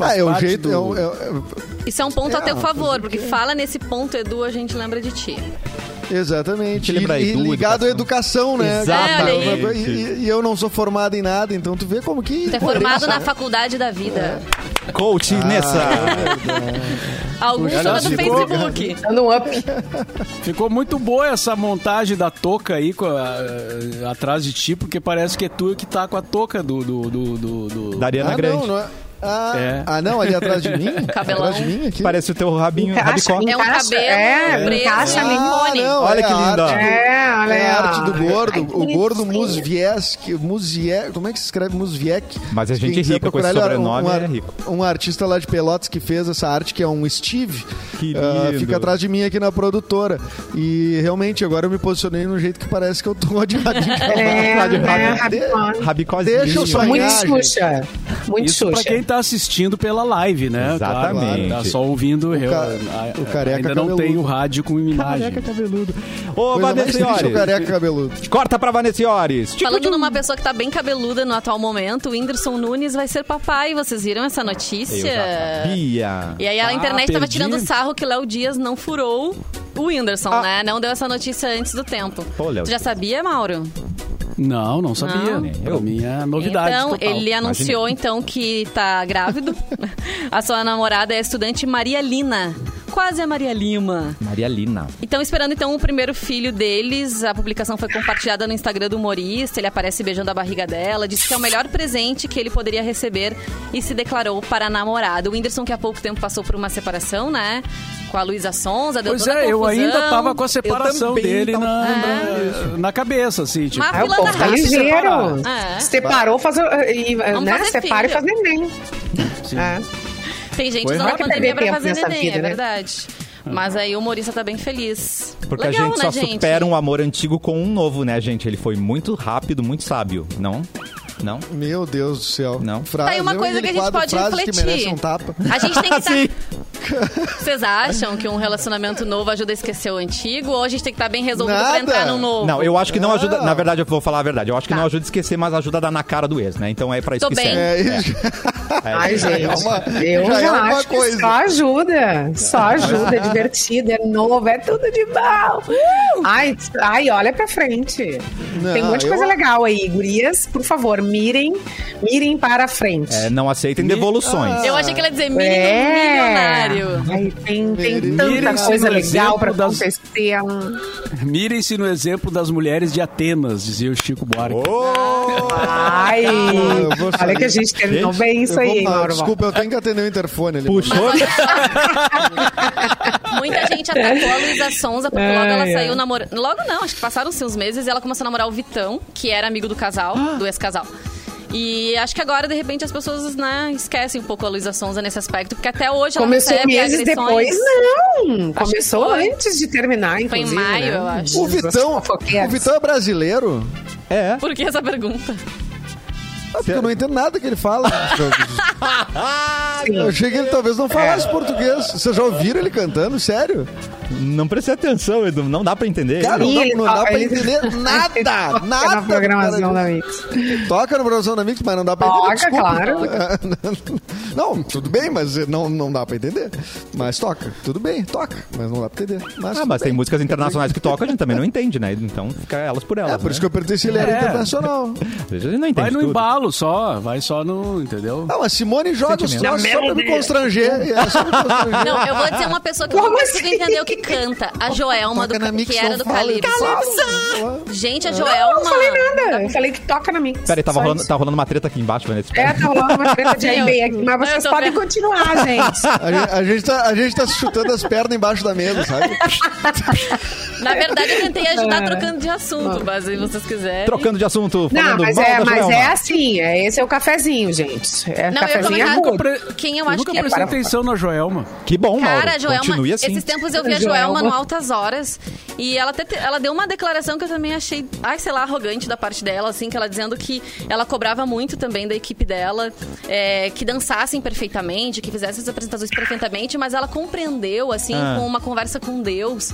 S4: Ah, é o
S5: parte
S4: jeito...
S5: do-
S4: é o- é o-
S3: Isso é um ponto
S4: É,
S3: a teu favor,
S4: fazer o
S3: porque
S4: quê?
S3: fala nesse ponto, Edu, a gente lembra de ti.
S4: é, Exatamente.
S1: Te lembra
S4: e, e
S1: Edu,
S4: ligado à educação, né?
S1: Exatamente.
S4: É, olha aí. E, e eu não sou formado em nada, então tu vê como que.
S3: Tu é formado na faculdade da vida.
S1: Coach
S4: Ah,
S1: Nessa.
S4: é.
S3: Augusto
S4: Olha,
S3: lá do
S4: ficou-
S3: Facebook.
S2: Dando um up.
S5: Ficou muito boa essa montagem da touca aí com a- eh, atrás de ti, porque parece que é tu que tá com a touca do. do, do, do- do-
S1: Da Ariana
S4: ah,
S1: Grande.
S4: Não, não é- ah,
S5: É.
S4: ah, não, ali atrás de mim?
S3: Cabelão.
S4: Atrás de mim aqui?
S1: Parece o teu rabinho, rabicó.
S3: É um
S2: encaixa,
S3: cabelo
S2: é,
S3: preso.
S2: encaixa ali.
S4: ah, não,
S1: Olha
S4: é
S1: que
S4: a
S1: linda.
S4: arte do-
S2: É,
S4: é
S2: olha aí,
S4: a
S2: ó.
S4: arte do gordo,
S2: Ai, que
S4: o gordo
S2: bonitinho.
S4: Musviesk, Musiek, como é que se escreve Musviek?
S1: Mas a gente
S4: Quem quiser
S1: rica com esse
S4: procurar, ele
S1: sobrenome,
S4: ar-
S1: é rico.
S4: Um artista lá de Pelotas que fez essa arte, que é um Steve,
S1: Que
S4: ah,
S1: lindo.
S4: fica atrás de mim aqui na produtora. E realmente, agora eu me posicionei num jeito que parece que eu tô de radinho.
S2: É, é,
S3: né? um
S2: rabicó.
S1: Rabicózinho.
S4: Deixa eu sonhar.
S2: Muito
S4: Bagagem.
S2: Xuxa. Muito
S5: ah, Isso pra
S2: Xuxa.
S5: quem tá assistindo pela live, né? Claro,
S1: Exatamente.
S5: tá só ouvindo. eu-
S4: ca-
S5: a-
S4: o
S5: a-
S4: careca
S5: ainda não
S4: cabeludo.
S5: tem o rádio com imagem.
S1: Ô,
S4: Coisa mais triste é o
S1: Vanessiores.
S4: careca cabeludo.
S1: Corta pra Vanessiores.
S3: Falando numa pessoa que tá bem cabeluda no atual momento, o Whindersson Nunes vai ser papai. Vocês viram essa
S1: Eu já
S3: notícia?
S1: sabia.
S3: E aí a
S5: Ah,
S3: internet tava
S5: perdi.
S3: tirando sarro que Léo Dias não furou o Whindersson,
S1: Ah.
S3: né? Não deu essa notícia antes do tempo.
S1: Pô, Léo
S3: tu já
S1: Dias.
S3: sabia, Mauro?
S5: Não, não sabia.
S1: Não.
S5: Pra mim é novidade.
S3: Então,
S5: total.
S3: ele anunciou então que tá grávido. a sua namorada é a estudante Maria Lina. Quase a Maria Lima.
S1: Maria Lina.
S3: Então, esperando então o primeiro filho deles, a publicação foi compartilhada no Instagram do humorista, ele aparece beijando a barriga dela, disse que é o melhor presente que ele poderia receber e se declarou para namorado. O Whindersson, que há pouco tempo passou por uma separação, né? Com a Luísa Sonza, deu
S5: Pois
S3: toda a
S5: é, eu
S3: confusão.
S5: ainda tava com a separação
S1: também
S5: dele
S1: tava-
S5: na, na, na cabeça, assim, tipo.
S3: Mas
S2: Aí o
S3: Fila
S2: povo
S3: da
S2: tá
S3: raça
S2: ligeiro.
S5: separada.
S3: É.
S2: Separou, faz, e, né?
S3: fazer
S2: Separa e
S3: filho.
S2: faz neném.
S5: Sim.
S2: É.
S3: Tem gente
S5: Foi
S3: usando a
S5: rápido.
S3: pandemia pra
S2: Tempo
S3: fazer
S2: nessa
S3: neném,
S2: vida,
S3: é
S2: né?
S3: verdade. Mas aí o humorista tá bem feliz.
S1: Porque
S3: Legal,
S1: a gente só
S3: né, gente?
S1: supera um amor antigo com um novo, né, gente? Ele foi muito rápido, muito sábio. Não? Não?
S4: Meu Deus do céu.
S1: Não.
S4: Frase,
S3: Tá aí uma
S4: lembra
S3: coisa
S4: aquele
S3: que a gente
S4: quadro
S3: pode
S4: frases que
S3: refletir.
S4: merecem um tapa?
S1: Assim.
S3: A gente tem que tá...
S1: Ah, Sim.
S3: Vocês acham que um relacionamento novo ajuda a esquecer o antigo? Ou a gente tem que estar bem resolvido
S4: Nada.
S3: pra entrar num novo?
S1: Não, eu acho que não
S4: Ah.
S1: ajuda. Na verdade, eu vou falar a verdade. Eu acho que
S3: Tá.
S1: não ajuda a esquecer, mas ajuda a dar na cara do ex, né? Então é pra isso
S3: Tô
S1: que
S3: bem.
S1: serve.
S4: É, isso.
S1: É.
S2: Ai, gente,
S4: é uma-
S2: eu
S4: já
S2: já,
S4: é uma
S2: acho que
S4: coisa.
S2: só ajuda. Só ajuda, é divertido, é novo, é tudo de bom. Ai, t- ai olha pra frente.
S4: Uh! Não,
S2: Tem um monte de
S4: eu-
S2: coisa legal aí. Gurias, por favor, mirem, mirem para a frente.
S1: É, não aceitem devoluções.
S3: Eu achei que ela ia dizer mínimo
S2: É.
S3: um milionário.
S2: Ai, tem, tem
S4: Mirem
S2: tanta
S5: no
S2: coisa legal
S5: exemplo
S2: pra
S4: um-
S5: das-
S2: acontecer.
S5: Mirem-se no exemplo das mulheres de Atenas, dizia o Chico Buarque.
S2: Ai,
S4: Ah, eu vou
S2: olha
S4: sair.
S2: que a gente terminou
S1: Gente,
S2: bem
S4: Eu
S2: isso
S4: vou
S2: aí, hein,
S4: falar,
S2: Mauro.
S4: Desculpa, eu tenho que atender o interfone ali.
S1: Puxou?
S3: Muita gente atacou a Luísa Sonza, porque logo ela
S2: Ai,
S3: saiu
S2: ai.
S3: namorando. Logo não, acho que passaram-se uns meses e ela começou a namorar o Vitão, que era amigo do casal,
S2: Ah.
S3: do ex-casal. E acho que agora, de repente, as pessoas né, esquecem um pouco a Luísa Sonza nesse aspecto, porque até hoje
S2: Começou
S3: ela recebe
S2: meses
S3: Tá, é, agressões.
S2: depois? Não!
S3: Acho que
S2: Começou
S3: foi.
S2: antes de terminar,
S3: Foi em
S2: inclusive.
S3: maio,
S2: né?
S3: eu acho.
S4: O Vitão,
S2: Fofoqueiros.
S4: o Vitão é brasileiro?
S2: né?
S1: É.
S3: Por que essa pergunta?
S4: Ah, porque eu não entendo nada que ele fala. eu achei que ele talvez não
S2: É.
S4: falasse português. Vocês já ouviram ele cantando? Sério?
S1: Não preste atenção, Edu. Não dá pra entender.
S4: Cara, não,
S2: Ih,
S4: dá-
S2: ele
S4: não dá
S2: toca-
S4: pra
S2: ele-
S4: entender nada,
S2: Toca
S4: nada.
S2: na programação da
S4: cara,
S2: Mix.
S4: Toca na programação da Mix, mas não dá pra
S2: Toca,
S4: entender. desculpa.
S2: claro.
S4: Não, tudo bem, mas não, não dá pra entender. Mas toca, tudo bem, toca, mas não dá pra entender. Mas
S1: Ah, mas
S4: tudo
S1: tem
S4: bem.
S1: músicas internacionais que toca, a gente também não entende, né? Então fica elas por elas. né?
S4: É, por isso que eu perguntei se ele era
S5: É.
S4: internacional.
S1: eu... A gente não entende
S5: Vai no
S1: tudo.
S5: embalo só, vai só no, entendeu?
S4: Não, a Simone joga os
S1: Sentimento.
S4: troços só pra me constranger. É, só pra me constranger.
S3: Não, eu vou dizer uma pessoa que eu não
S2: Ah. Como
S3: consigo
S2: assim?
S3: entender o que canta. A Joelma, do,
S4: Toca na Mix,
S3: que era
S4: não
S3: do
S4: fala,
S3: Calypso.
S4: fala.
S3: Gente, a
S2: Eu
S3: Joelma...
S2: não falei nada. Eu falei que toca na Mix.
S1: Peraí, tava
S2: Só
S1: rolando,
S2: isso.
S1: tá rolando uma treta aqui embaixo, Vanessa.
S2: É, tá rolando uma treta de
S3: Eu-
S2: AMB aqui,
S3: eu
S2: mas vocês
S3: tô
S2: podem
S3: vendo.
S2: continuar, gente.
S4: A gente, a, gente tá, a gente tá se chutando as pernas embaixo da mesa, sabe?
S3: Na verdade, eu tentei ajudar trocando de assunto, mas se vocês quiserem...
S1: Trocando de assunto,
S2: Não,
S1: falando
S2: mas
S1: mal
S4: tá
S2: é,
S1: da
S2: mas
S1: Joelma.
S2: é assim, é, esse é o cafezinho, gente. É
S3: Não, eu ia
S2: cafezinho
S3: comentar
S2: agudo.
S3: com- Quem eu acho
S5: nunca
S3: que- é
S5: prestei
S3: Para-
S5: atenção na Joelma.
S1: Que bom, Mauro.
S3: Cara, a Joelma,
S1: Continue assim.
S3: esses tempos eu vi a
S2: Joelma.
S3: Joelma no Altas Horas e ela até te- ela deu uma declaração que eu também achei, ai, sei lá, arrogante da parte dela, assim, que ela dizendo que ela cobrava muito também da equipe dela, é, que dançassem perfeitamente, que fizessem as apresentações perfeitamente, mas ela compreendeu, assim,
S1: Ah.
S3: com uma conversa com Deus,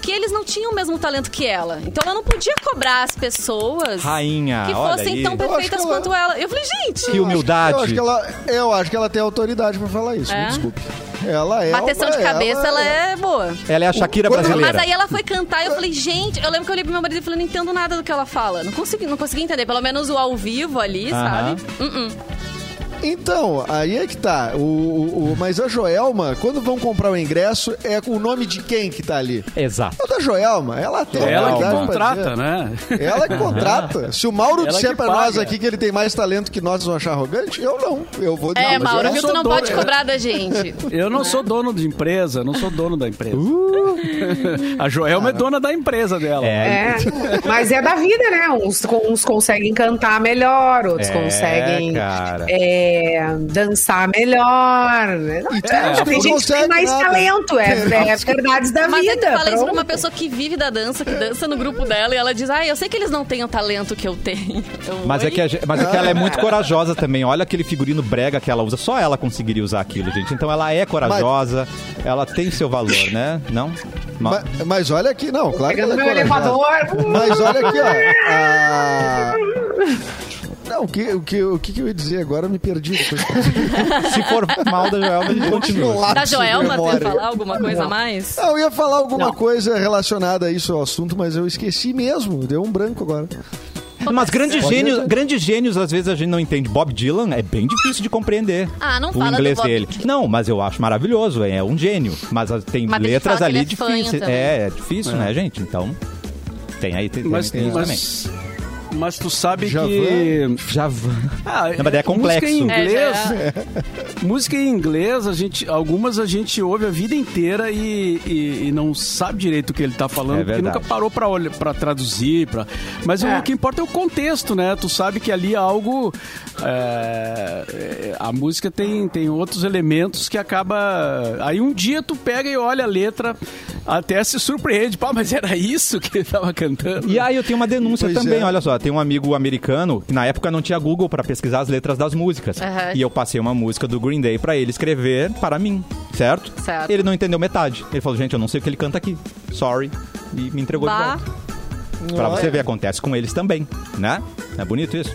S3: que eles não tinham o mesmo talento que ela. Então ela não podia cobrar as pessoas
S1: Rainha,
S3: que
S1: olha
S3: fossem
S1: aí.
S3: tão
S1: Eu acho
S3: perfeitas
S4: que ela-
S3: quanto ela. Eu falei, gente,
S1: Que humildade.
S4: Eu acho que ela, eu acho que ela tem autoridade pra falar isso,
S3: É?
S4: me desculpe. Ela é.
S3: bateção
S4: uma-
S3: de cabeça, ela é boa.
S1: Ela é a Shakira
S4: Quando-
S1: brasileira.
S3: Mas aí ela foi cantar e eu falei, gente, eu lembro que eu olhei pro meu marido e falei, não entendo nada do que ela fala. Não consegui, não consegui entender. Pelo menos o ao vivo ali,
S1: Aham.
S3: sabe? Uh-uh.
S4: Então, aí é que tá. O, o- o- mas a Joelma, quando vão comprar o ingresso, é com o nome de quem que tá ali?
S1: Exato.
S4: É o da Joelma. Ela tem
S5: É ela que
S4: autoridade pra
S5: contrata,
S4: dizer.
S5: né?
S4: Ela que contrata. Se o Mauro
S5: Ela
S4: disser
S5: que
S4: pra
S5: paga.
S4: nós aqui que ele tem mais talento que nós, vão achar arrogante, eu não. Eu vou
S3: É,
S4: não, mas
S3: Mauro,
S4: eu
S3: viu?
S5: sou
S3: Tu não
S5: dono,
S3: pode
S5: né?
S3: cobrar da gente.
S5: Eu
S1: Né?
S5: não sou dono de empresa, não sou dono da empresa. a Joelma é dona da empresa dela.
S1: Uh! É.
S2: É, mas é da vida, né? Uns, uns conseguem cantar melhor, outros
S1: É,
S2: conseguem
S1: cara.
S2: é, dançar melhor. né?
S4: tem
S2: tem
S4: uns que não
S2: gente que tem
S4: conseguem
S2: mais
S4: nada.
S2: talento, é,
S4: Tem
S2: é verdades da
S3: Mas é que
S2: vida.
S3: eu falei isso pra
S2: pronto.
S3: uma pessoa que vive da dança, que dança no grupo dela, e ela diz, ah, eu sei que eles não têm o talento que eu tenho. Eu,
S1: Mas é,
S3: "Oi?"
S1: que a ge- mas é que ela é muito corajosa também. Olha aquele figurino brega que ela usa. Só ela conseguiria usar aquilo, gente. Então ela é corajosa, ela tem seu valor, né? Não? Ma-
S4: Ma- Mas, olha aqui, não, claro que
S2: Pegando
S4: ela é
S2: meu
S4: corajosa.
S2: elevador. uh,
S4: Mas olha aqui, ó. a- Não, o que, o, que, o que que eu ia dizer agora? Eu me perdi.
S1: Se for mal da Joelma, a gente continua.
S4: Lapso
S3: Da
S4: de
S3: Joelma, tu ia
S4: memória.
S3: falar alguma coisa a mais?
S4: Não, eu ia falar alguma coisa relacionada a isso, ao assunto, mas eu esqueci mesmo. Deu um branco agora.
S1: Mas grandes
S4: Pode
S1: gênios,
S4: ser.
S1: grandes gênios, às vezes a gente não entende. Bob Dylan é bem difícil de compreender.
S3: Ah, não
S1: o
S3: fala do
S1: inglês
S3: Bob
S1: dele.
S3: Dylan.
S1: Não, mas eu acho maravilhoso. É um gênio. Mas ah, tem
S3: Mas tem que
S1: letras
S3: falar que
S1: ali
S3: ele é fanho
S1: difíceis.
S3: também.
S1: É, é difícil, né, gente? Então. Tem aí, tem,
S5: Mas,
S1: tem isso também.
S5: mas, mas tu sabe
S4: Javan.
S5: que.
S1: Já
S5: Ah,
S1: Não, mas é complexo.
S5: Música em
S3: É,
S5: inglês,
S3: já
S5: música em inglês, a gente, algumas a gente ouve a vida inteira e, e- e não sabe direito o que ele tá falando,
S1: É
S5: porque
S1: verdade.
S5: nunca parou pra, olhar, pra traduzir. Pra... Mas o que importa é o contexto, né? Tu sabe que ali é algo é, a música tem, tem outros elementos que acaba. Aí um dia tu pega e olha a letra, até se surpreende. Pá, mas era isso que ele tava cantando.
S1: E aí eu tenho uma denúncia
S4: Pois
S1: também,
S4: é.
S1: olha só, tem um amigo americano que na época não tinha Google pra pesquisar as letras das músicas.
S3: Aham.
S1: E eu passei uma música do Green Day pra ele escrever para mim, certo?
S3: Certo.
S1: Ele não entendeu metade. Ele falou: "Gente, eu não sei o que ele canta aqui. Sorry." E me entregou
S3: Bah.
S1: de volta. Pra você ver acontece com eles também, né? É bonito isso.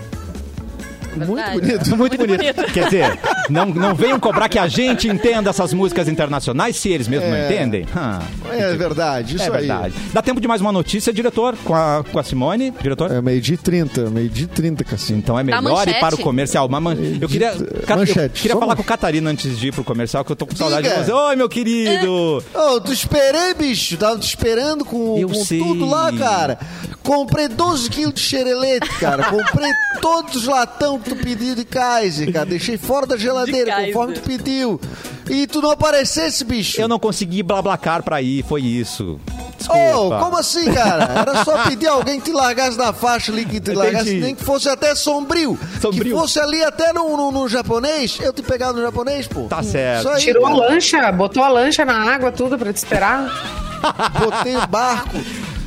S4: Muito
S3: Verdade.
S4: bonito, muito,
S3: Muito
S4: bonito.
S3: bonito.
S1: Quer dizer, não, não venham cobrar que a gente entenda essas músicas internacionais se eles mesmos não
S4: É.
S1: entendem. Hã.
S4: É verdade, isso
S1: é
S4: aí.
S1: verdade. Dá tempo de mais uma notícia, diretor, com a, com a Simone, diretor?
S4: É meio dia e 30, meio dia e 30, Cassino.
S1: Então é melhor ir
S3: manchete.
S1: para o comercial. Uma man- Eu queria, Ca- eu
S4: Manchete,
S1: queria
S4: só
S1: falar
S4: manchete.
S1: com o Catarina antes de ir pro comercial, que eu tô com saudade
S4: Diga.
S1: de você. Oi, meu querido!
S4: Ô, tu esperei, bicho. Tava te esperando com,
S1: Eu
S4: com
S1: sei.
S4: tudo lá, cara. Comprei 12 quilos de xerelete, cara. Comprei todos os latão que tu pediu de Kaiser, cara. Deixei fora da geladeira,
S3: Kaiser.
S4: conforme tu pediu. E tu não aparecesse, bicho.
S1: Eu não consegui blablacar pra ir, foi isso. Desculpa.
S4: Ô, como assim, cara? Era só pedir alguém que te largasse da faixa ali, que te
S1: Entendi.
S4: largasse, nem que fosse até sombrio.
S1: Sombrio.
S4: Que fosse ali até no, no- no japonês, eu te pegava no japonês, pô.
S1: Tá certo.
S4: Isso aí,
S2: Tirou a
S4: cara.
S2: lancha, botou a lancha na água, tudo pra te esperar.
S4: Botei o barco.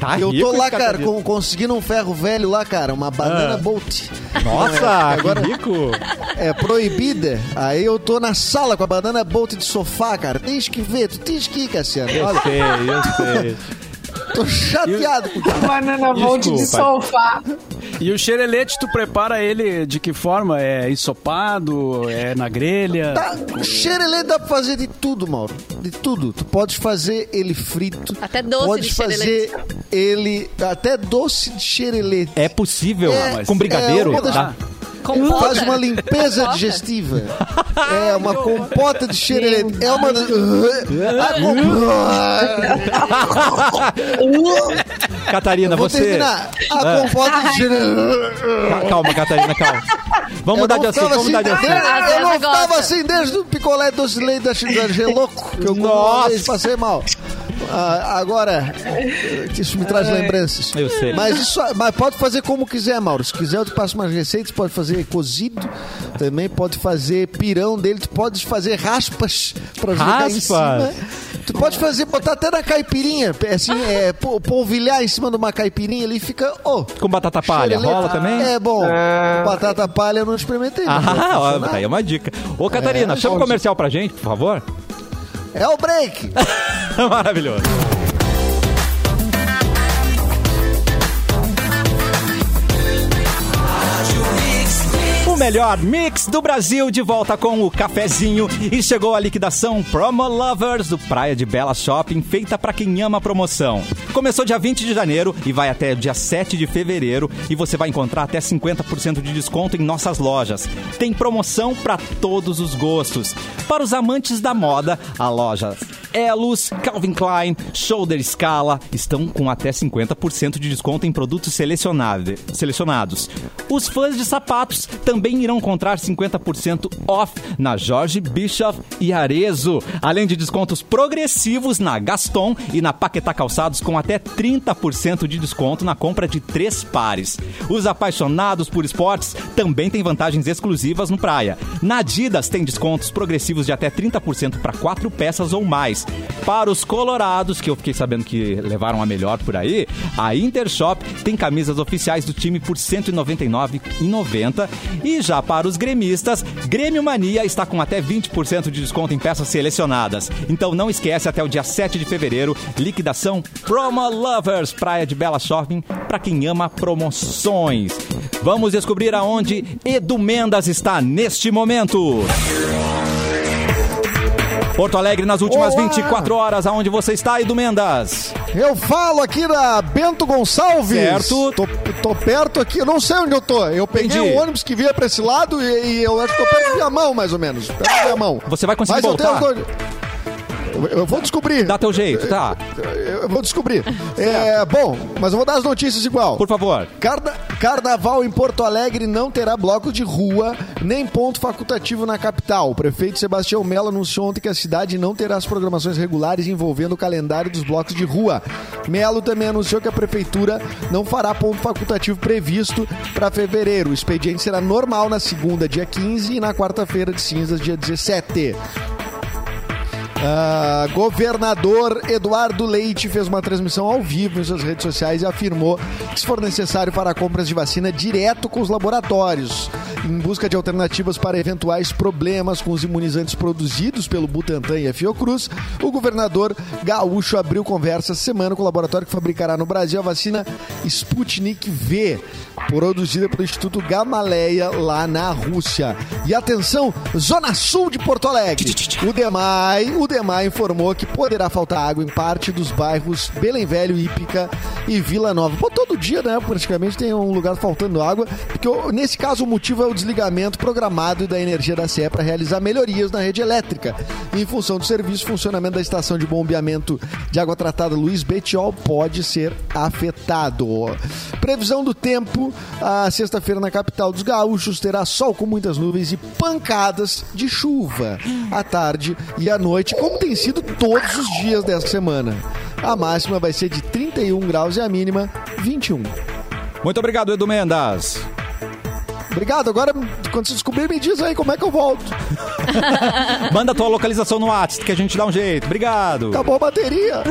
S1: Tá
S4: eu
S1: rico
S4: tô lá,
S1: esse
S4: cara,
S1: capitalista.
S4: com- conseguindo um ferro velho lá, cara, uma banana
S1: Ah.
S4: bolt.
S1: Nossa, que rico!
S4: É proibida. Aí eu tô na sala com a banana bolt de sofá, cara. Tens que ver, tu tens que ir, Cassiano.
S1: Eu
S4: Olha,
S1: sei, eu sei.
S4: tô chateado com
S2: Banana Volt de
S1: Desculpa.
S2: sofá.
S5: E o xerelete, tu prepara ele de que forma? É ensopado? É na grelha?
S4: Tá, xerelê dá pra fazer de tudo, Mauro. De tudo. Tu podes fazer ele frito.
S3: Até doce
S4: podes
S3: de xerelê.
S4: fazer ele. Até doce de xerelê.
S1: É possível?
S4: É,
S1: com brigadeiro? tá?
S4: é uma das-
S1: Dá?
S3: Compota.
S4: Faz uma limpeza
S3: Compota.
S4: digestiva. É, uma compota de xerelê. É uma. das- A comp-
S1: Catarina,
S4: Vou
S1: você.
S4: terminar. A compota de xerelê.
S1: Ca- Calma, Catarina, calma. Vamos
S4: Eu
S1: mudar
S4: não
S1: de assunto,
S4: ficava
S1: vamos mudar de
S4: assim,
S1: assunto.
S3: Ah,
S4: desde- Eu não
S3: ela gosta.
S4: ficava assim desde o picolé doce de leite da Chile louco, que eu comi uma
S1: Nossa.
S4: vez e passei mal. Ah, agora, isso me traz lembranças.
S1: Eu sei.
S4: Mas, isso, mas pode fazer como quiser, Mauro. Se quiser, eu te passo umas receitas. Pode fazer cozido, também pode fazer pirão dele, tu pode fazer raspas pra jogar em
S1: Raspas?
S4: cima. Tu pode fazer, botar até na caipirinha, assim, é, po- polvilhar em cima de uma caipirinha ali e fica, oh,
S1: Com batata palha,
S4: Xerelê-
S1: rola também?
S4: É bom. Batata palha eu não experimentei. mas pode
S1: Ah, ó,
S4: funcionar.
S1: tá aí é uma dica. Ô, Catarina,
S4: É,
S1: chama o
S4: pode.
S1: comercial pra gente, por favor.
S4: É o break.
S1: Maravilhoso. O melhor mix do Brasil de volta com o cafezinho e chegou a liquidação Promo Lovers do Praia de Bela Shopping, feita para quem ama promoção. Começou dia 20 de janeiro e vai até dia 7 de fevereiro e você vai encontrar até 50% de desconto em nossas lojas. Tem promoção para todos os gostos. Para os amantes da moda, a loja Elos, Calvin Klein, Shoulder Scala estão com até 50% de desconto em produtos selecionável- selecionados. Os fãs de sapatos também irão encontrar 50% off na Jorge Bischoff e Arezo, além de descontos progressivos na Gaston e na Paquetá Calçados com até 30% de desconto na compra de três pares. Os apaixonados por esportes também têm vantagens exclusivas no Praia. Na Adidas tem descontos progressivos de até 30% para quatro peças ou mais. Para os colorados, que eu fiquei sabendo que levaram a melhor por aí, a Intershop tem camisas oficiais do time por R$ 199,90. E já para os gremistas, Grêmio Mania está com até 20% de desconto em peças selecionadas. Então não esquece, até o dia 7 de fevereiro, liquidação Promo Lovers, Praia de Bela Shopping, para quem ama promoções. Vamos descobrir aonde Edu Mendas está neste momento. Porto Alegre nas últimas
S4: Olá.
S1: 24 horas, aonde você está, Edu Mendas?
S4: Eu falo aqui da Bento Gonçalves.
S1: Certo.
S4: Tô, tô perto aqui, eu não sei onde eu tô. Eu peguei
S1: Entendi.
S4: o ônibus que vinha pra esse lado e, e eu acho que eu pego minha mão, mais ou menos. Pego minha mão.
S1: Você vai conseguir
S4: Mas
S1: voltar?
S4: Eu tenho... Eu- Eu vou descobrir.
S1: Dá teu jeito, tá?
S4: Eu vou descobrir. É, bom, mas eu vou dar as notícias igual.
S1: Por favor.
S4: Carna- Carnaval em Porto Alegre não terá bloco de rua nem ponto facultativo na capital. O prefeito Sebastião Melo anunciou ontem que a cidade não terá as programações regulares envolvendo o calendário dos blocos de rua. Melo também anunciou que a prefeitura não fará ponto facultativo previsto para fevereiro. O expediente será normal na segunda, dia 15, e na quarta-feira de cinzas, dia 17. Ah, governador Eduardo Leite fez uma transmissão ao vivo em suas redes sociais e afirmou que se for necessário para compras de vacina direto com os laboratórios, em busca de alternativas para eventuais problemas com os imunizantes produzidos pelo Butantan e a Fiocruz, o governador gaúcho abriu conversa essa semana com o laboratório que fabricará no Brasil a vacina Sputnik V, produzida pelo Instituto Gamaleia lá na Rússia. E atenção, Zona Sul de Porto Alegre. O Demai, o Demai informou que poderá faltar água em parte dos bairros Belém Velho, Ípica e Vila Nova. Pô, todo dia, né, praticamente tem um lugar faltando água, porque o- nesse caso o motivo é o desligamento programado da energia da CE para realizar melhorias na rede elétrica. Em função do serviço, o funcionamento da estação de bombeamento de água tratada Luiz Betiol pode ser afetado. Previsão do tempo, a sexta-feira na capital dos gaúchos terá sol com muitas nuvens e pancadas de chuva à tarde e à noite, como tem sido todos os dias dessa semana. A máxima vai ser de 31 graus e um. a mínima 21.
S1: Muito obrigado, Edu Mendas.
S4: Obrigado. Agora, quando você descobrir, me diz aí como é que eu volto.
S1: Manda tua localização no WhatsApp que a gente dá um jeito. Obrigado.
S4: Acabou a bateria.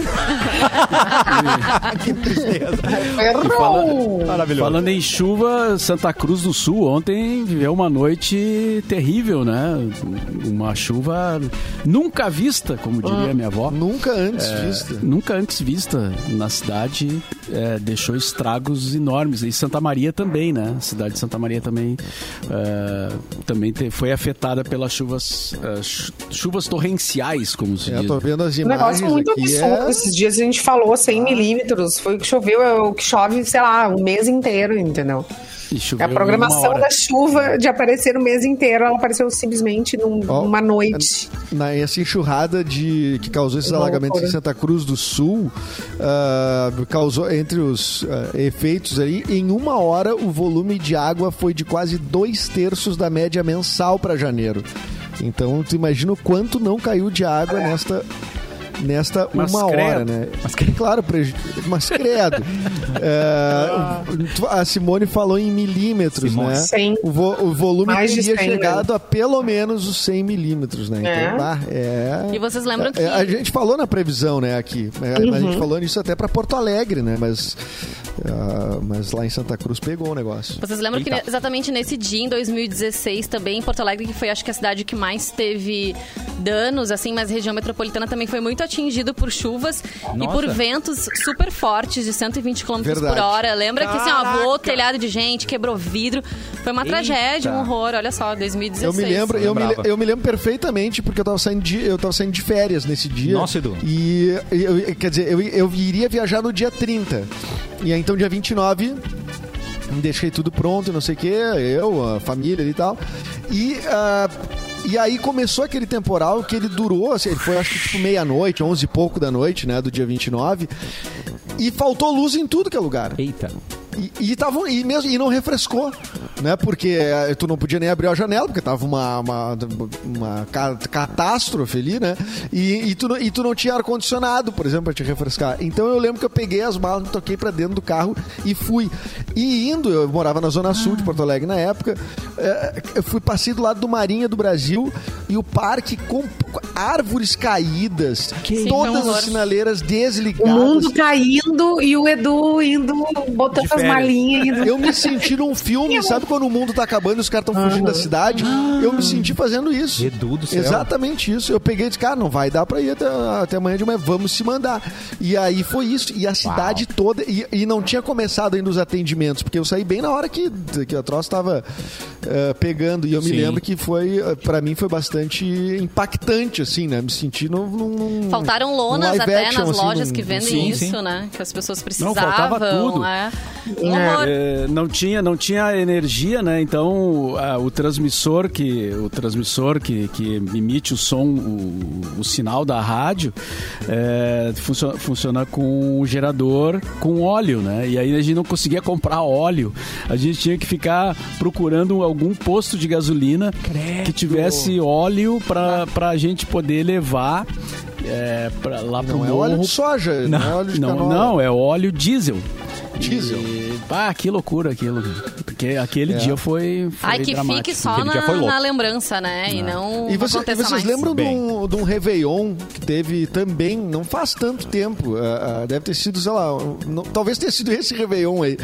S2: Errou! Um
S1: Maravilhoso.
S5: Falando em chuva, Santa Cruz do Sul ontem viveu uma noite terrível, né? Uma chuva nunca vista, como
S4: Ah,
S5: diria minha avó.
S4: Nunca antes vista.
S5: Nunca antes vista na cidade, é, deixou estragos enormes. E Santa Maria também, né? A cidade de Santa Maria também, é, também te- foi afetada pelas chuvas, é, chu- chuvas torrenciais, como se
S4: É, Eu
S5: diz. né?
S4: tô vendo as
S2: Um
S4: imagens
S2: negócio muito
S4: aqui.
S2: absurdo.
S4: É...
S2: Esses dias a gente falou 100 milímetros. Foi o que choveu, é o que chove, sei lá, o mês inteiro, entendeu?
S5: E choveu
S2: É a
S5: uma
S2: programação
S5: hora.
S2: da chuva de aparecer o mês inteiro. Ela apareceu simplesmente num-
S4: Ó,
S2: numa noite.
S4: na essa enxurrada de que causou esses
S2: Uma
S4: alagamentos em
S2: loucura.
S4: Santa Cruz do Sul ah, causou entre os ah, efeitos aí em uma hora o volume de água foi de quase dois terços da média mensal para janeiro então tu imagina o quanto não caiu de água
S2: É.
S4: nesta nesta
S5: Mas
S4: uma
S5: credo.
S4: hora né mas claro preju- mas credo Ah, tu- a Simone falou em milímetros
S1: Simone.
S4: né
S2: Cem.
S4: o, vo- o volume
S2: Mais de
S4: teria
S2: cem, né?
S4: chegado a pelo menos os 100 milímetros, né?
S2: É.
S4: Então, bah, é...
S3: E vocês lembram que-
S4: É, A gente falou na previsão, né, aqui. É, A gente falou nisso até pra Porto Alegre, né? Mas, ah, mas lá em Santa Cruz pegou o negócio.
S3: Vocês lembram que ne- exatamente nesse dia, em 2016, também em Porto Alegre, que foi acho que a cidade que mais teve danos, assim, mas a região metropolitana também foi muito atingido por chuvas e
S1: Nossa.
S3: por ventos super fortes de 120 km
S4: Verdade.
S3: por hora. Lembra que assim, ó, voou
S1: Caraca.
S3: o telhado de gente, quebrou vidro. Foi uma
S1: Eita.
S3: tragédia, um horror. Olha só, 2016.
S4: Eu me lembro, eu me,
S1: Lembrava.
S4: eu me lembro perfeitamente porque eu tava saindo de, eu tava saindo de férias nesse dia.
S1: Nossa, Edu.
S4: E eu- quer dizer, eu, eu iria viajar no dia 30. E aí então dia 29 deixei tudo pronto, não sei o quê, eu, a família ali e tal. E ah, e aí começou aquele temporal que ele durou, assim, ele foi acho que tipo meia-noite, onze e pouco da noite, né, do dia 29. E faltou luz em tudo que é lugar.
S1: Eita.
S4: E, e, tava, e, mesmo, e não refrescou, né? Porque eh, tu não podia nem abrir a janela, porque tava uma, uma, uma ca- catástrofe ali, né? E, e, tu, não- e tu não tinha ar-condicionado, por exemplo, pra te refrescar. Então eu lembro que eu peguei as malas, me toquei pra dentro do carro e fui. E indo, eu morava na Zona Sul de Porto Alegre na época, eh, eu fui, passei do lado do Marinha do Brasil e o parque com árvores caídas,
S3: Sim,
S4: todas
S3: horror.
S4: as sinaleiras
S2: O
S4: desligadas.
S2: mundo caindo e o Edu indo,
S1: De
S2: botando as
S1: férias.
S2: malinhas. Indo.
S4: Eu me senti num filme, sabe quando o mundo tá acabando e os caras estão fugindo da cidade? Eu me senti fazendo isso.
S1: Ah. Edu do céu.
S4: Exatamente isso. Eu peguei e disse, cara, não vai dar pra ir até, até amanhã de manhã, vamos se mandar. E aí foi isso. E a cidade toda. E, e não tinha começado ainda os atendimentos, porque eu saí bem na hora que, que o troço tava eh, pegando. E eu me
S1: Sim.
S4: lembro que foi, eh, pra mim, foi bastante impactante chocante, assim, né? Me senti num. num
S3: Faltaram lonas
S4: um live
S3: até
S4: action,
S3: nas
S4: assim,
S3: lojas
S4: num-
S3: que vendem
S5: Sim,
S3: isso,
S5: sim.
S3: né? Que as pessoas precisavam.
S5: Não, faltava tudo.
S3: É. Um horror.
S5: É, não tinha não tinha energia né então ah, o transmissor que o transmissor que, que emite o som o, o sinal da rádio é, funcio- funciona com um gerador com óleo né e aí a gente não conseguia comprar óleo a gente tinha que ficar procurando algum posto de gasolina que tivesse óleo para a gente poder levar é, pra lá pro
S4: Não é
S5: morro
S4: óleo de soja, não, é óleo de
S5: não,
S4: canola. É
S5: não, é óleo diesel.
S4: Diesel.
S5: E, ah, que loucura aquilo. Porque aquele
S4: É.
S5: dia foi, foi
S3: Ai, que
S5: dramático.
S3: fique só
S1: Aquele
S3: na,
S1: dia foi louco.
S3: na lembrança, né?
S5: É.
S3: E não
S4: E, você- e
S3: aconteça mais.
S4: vocês lembram de
S1: Bem.
S4: um, de um Réveillon que teve também, não faz tanto tempo, ah, ah, deve ter sido, sei lá, um- não- talvez tenha sido esse Réveillon aí,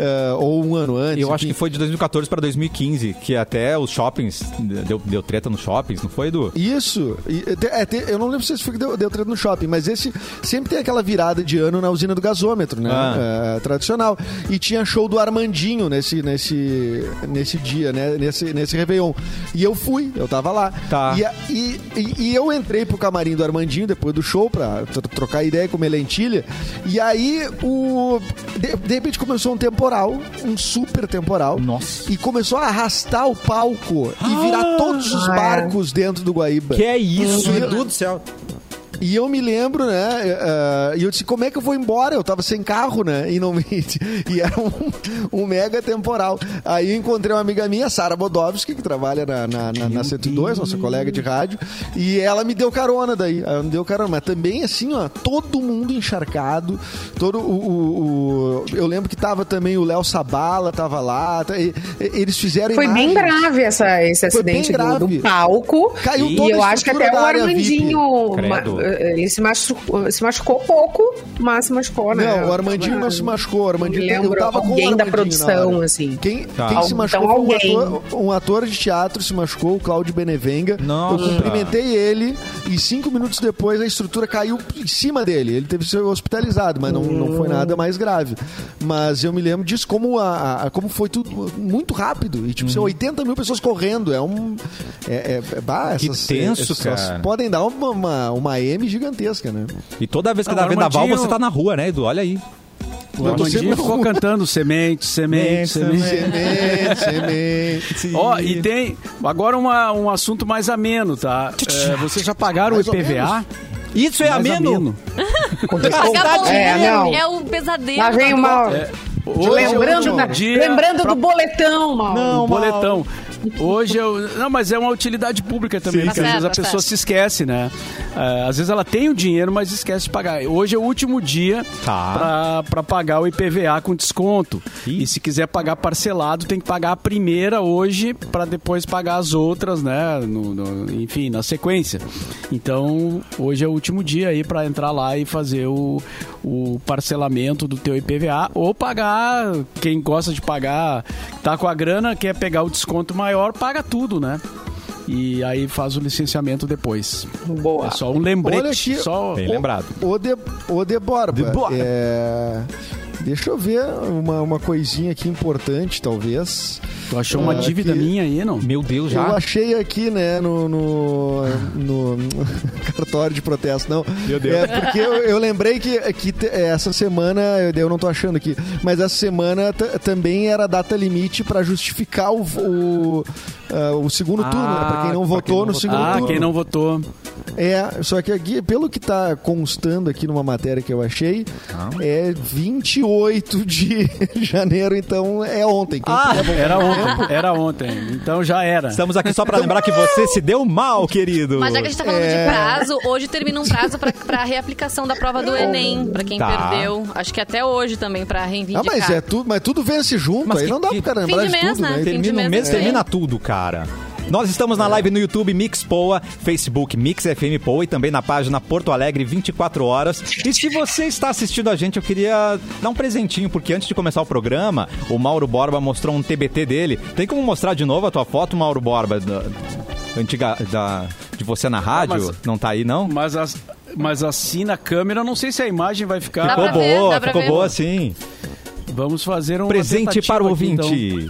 S4: ah, ou um ano antes.
S1: Eu acho que
S4: enfim.
S1: foi de 2014 para 2015, que até os shoppings, deu, deu treta nos shoppings, não foi, Edu?
S4: Isso, E, é, te- é, te- eu não lembro se esse foi que deu, deu treta no shopping, mas esse sempre tem aquela virada de ano na usina do gasômetro, né?
S1: Ah.
S4: Ah, tradicional. E tinha show do Armandinho nesse, nesse, nesse dia, né? Nesse, nesse Réveillon. E eu fui, eu tava lá.
S1: Tá.
S4: E, a- e, e- e eu entrei pro camarim do Armandinho depois do show pra tro- trocar ideia e comer lentilha. E aí o. De, de repente começou um temporal, um super temporal.
S1: Nossa.
S4: E começou a arrastar o palco e virar todos os
S2: Ah, é.
S4: barcos dentro do Guaíba.
S1: Que é isso, Edu do céu.
S4: E eu me lembro, né? eh, E eu disse, como é que eu vou embora? Eu tava sem carro, né? E não E era um, um mega temporal. Aí eu encontrei uma amiga minha, Sara Bodovski, que trabalha na, na, na, na 102, nossa colega de rádio. E ela me deu carona daí. Ela me deu carona. Mas também, assim, ó, todo mundo encharcado. Todo o... o- o- eu lembro que tava também o Léo Sabala, tava lá. tá- e- e- eles fizeram
S2: Foi bem
S4: imagens.
S2: grave essa, esse
S4: Foi bem
S2: acidente do,
S4: grave.
S2: do palco.
S4: Caiu
S2: e
S4: toda
S2: eu
S4: a
S2: acho que
S4: estrutura
S2: até o
S4: da área VIP.
S2: Armandinho ma- eh,
S1: Credo.
S2: ele se machucou, se machucou pouco, mas se machucou, né?
S1: é,
S4: Não, o Armandinho não se machucou. O Armandinho
S2: Me
S4: eu
S2: lembro
S4: tava com o
S2: alguém da
S4: Armandinho na
S2: produção,
S4: hora.
S2: assim.
S4: Quem,
S1: Tá.
S4: quem se
S2: Então,
S4: machucou
S2: alguém.
S4: foi um ator, um ator de teatro se machucou, o Cláudio Benevenga.
S1: Nossa.
S4: Eu cumprimentei ele e cinco minutos depois a estrutura caiu em cima dele. Ele teve que ser hospitalizado, mas não, não foi nada mais grave. Mas eu me lembro disso, como, a, a- como foi tudo muito rápido. E tipo,
S1: Uhum.
S4: são 80 mil pessoas correndo. É um. É, é, é- bah,
S1: Que
S4: essas- é,
S1: tenso,
S4: essas-
S1: cara.
S4: Podem dar uma, uma, uma M gigantesca, né?
S1: E toda vez que
S5: Não,
S1: dá vendaval,
S5: Armandinho-
S1: você tá na rua, né, Edu? Olha aí.
S5: O Armandinho ficou cantando semente, semente, semente.
S4: Semente, semente.
S5: Ó, e tem agora uma- um assunto mais ameno, tá? É, vocês já pagaram
S4: Mais
S5: o
S4: ou
S5: IPVA?
S4: menos.
S1: Isso é
S5: Mais
S1: ameno?
S3: Pagar boleto
S2: É, não.
S3: é o pesadelo.
S2: Lá vem
S3: da
S2: o Mauro.
S5: Hoje é o
S2: lembrando
S5: último
S2: da-
S5: dia
S2: lembrando
S5: pra
S2: do boletão, Mauro.
S5: o boletão. Hoje eu. Não, mas é uma utilidade pública também,
S1: Sim,
S5: porque
S3: tá
S5: às vezes a
S3: certo, tá
S5: pessoa
S3: certo.
S5: se esquece, né? Ah, Às vezes ela tem o dinheiro, mas esquece de pagar. Hoje é o último dia
S1: Tá.
S5: pra- pra pagar o IPVA com desconto.
S1: Ih.
S5: E se quiser pagar parcelado, tem que pagar a primeira hoje pra depois pagar as outras, né? No- no- enfim, na sequência. Então, hoje é o último dia aí pra entrar lá e fazer o, o parcelamento do teu IPVA ou pagar, quem gosta de pagar, tá com a grana, quer pegar o desconto maior, paga tudo, né? E aí faz o licenciamento depois.
S2: Boa.
S5: É só um lembrete.
S4: Olha aqui.
S5: Só...
S1: Bem lembrado.
S4: Ô, de, ô de Borba.
S1: Borba.
S4: é, Deixa eu ver uma, uma coisinha aqui importante, talvez.
S5: Tu achou uma
S4: Ah,
S5: dívida
S4: que-
S5: minha aí, não?
S1: Meu Deus, já.
S4: Eu achei aqui, né, no, no, no- no cartório de protesto, não.
S1: Meu Deus.
S4: É, porque eu, eu lembrei que, que te- é, essa semana, eu- eu não tô achando aqui, mas essa semana t- também era a data limite pra justificar o, o, ah, o segundo
S1: Ah,
S4: turno, né, pra quem não
S1: pra
S4: votou
S1: quem não
S4: no
S1: votou.
S4: segundo
S5: Ah,
S4: turno.
S5: quem não votou.
S4: É, só que aqui, pelo que tá constando aqui numa matéria que eu achei, é 28 de janeiro, então é ontem. Quem
S3: Ah,
S1: Tá
S4: quiser voltar-
S5: Era ontem, era ontem. Então já era.
S1: Ah! Estamos aqui só pra lembrar que você se deu mal, querido.
S3: Mas já que a gente tá falando
S4: É.
S3: de prazo, hoje termina um prazo pra, pra reaplicação da prova do Enem, pra quem
S1: Tá.
S3: perdeu. Acho que até hoje também, pra
S4: Ah,
S3: reivindicar.
S4: mas, é tudo, mas tudo vence junto,
S1: Mas
S4: aí
S1: que-
S4: não dá
S1: que-
S4: pro cara
S3: Fim
S4: lembrar
S3: de
S4: de,
S3: mês,
S4: tudo,
S3: né? Fim
S4: né?
S3: de É.
S1: Termina o
S3: mês,
S1: mês,
S3: isso aí.
S1: termina tudo, cara. Nós estamos na live no YouTube Mix Poa, Facebook Mix FM Poa e também na página Porto Alegre 24 horas. E se você está assistindo a gente, eu queria dar um presentinho, porque antes de começar o programa, o Mauro Borba mostrou um TBT dele. Tem como mostrar de novo a tua foto, Mauro Borba? da- antiga da, de você na rádio?
S5: mas-
S1: Não tá aí, não?
S5: Mas, as, mas assim na câmera, não sei se a imagem vai ficar.
S3: Dá
S1: Ficou
S3: pra ver,
S1: boa,
S3: dá pra
S1: ficou
S3: ver.
S1: boa sim.
S5: Vamos fazer um
S1: Presente
S3: tá
S1: para o ouvinte.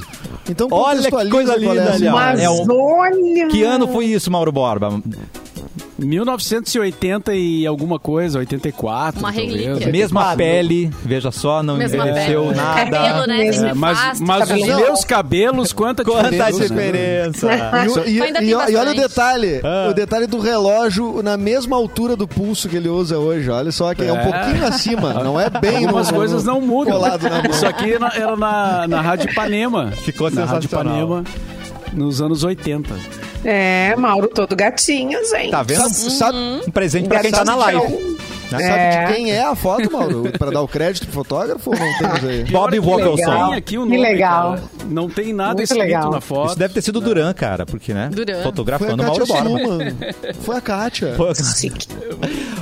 S4: Então
S1: Olha que
S4: contextualiza
S1: coisa
S4: qual é
S1: linda
S4: essa
S1: ali, ó.
S4: imagem.
S2: Mas
S1: é um-
S2: olha.
S1: Que ano foi isso, Mauro Borba?
S5: 1980 então. e alguma coisa, 84.
S3: Uma
S5: talvez. né?
S3: relíquia.
S1: Mesma
S6: Padre.
S1: pele, veja só, não
S3: É, né? Mesma
S1: envelheceu
S3: pele.
S1: nada.
S3: Cabelo, né?
S5: É,
S3: Sempre
S5: mas
S3: fasta,
S5: mas os
S3: cabelo.
S5: meus cabelos, quanta
S1: Quanta
S5: diferença. né?
S1: diferença!
S4: E, o- e-
S3: Mas ainda tem
S4: e o- e olha o
S3: bastante.
S4: detalhe,
S1: Ah.
S4: o detalhe do relógio na mesma altura do pulso que ele usa hoje. Olha só que é, um
S5: É.
S4: pouquinho acima, não é bem.
S5: Algumas
S4: no- no-
S5: coisas não mudam.
S4: colado na mão.
S5: Isso aqui era, era na, na Rádio Ipanema.
S1: Ficou
S5: na Rádio
S1: sensacional.
S5: Ipanema nos anos 80.
S2: É, Mauro todo gatinho, gente.
S1: Tá vendo?
S4: Sabe, sabe-
S3: Uhum.
S1: Um presente pra quem tá na live.
S4: sabe
S2: É.
S4: de quem é a foto, Mauro? Pra dar o crédito pro fotógrafo ou não temos aí?
S1: Bob
S5: é
S2: legal.
S5: Tem
S1: Wilkerson.
S5: aqui o
S2: Que
S5: nome,
S2: legal.
S5: cara. Não tem nada
S2: Muito
S5: escrito
S2: legal.
S5: na foto.
S1: Isso deve ter sido o Duran, cara, porque, né?
S3: Duran.
S4: Foi a
S1: Fotografando o Mauro
S4: Kátia
S1: Borba.
S4: Schumann. Foi a Kátia.
S1: Foi-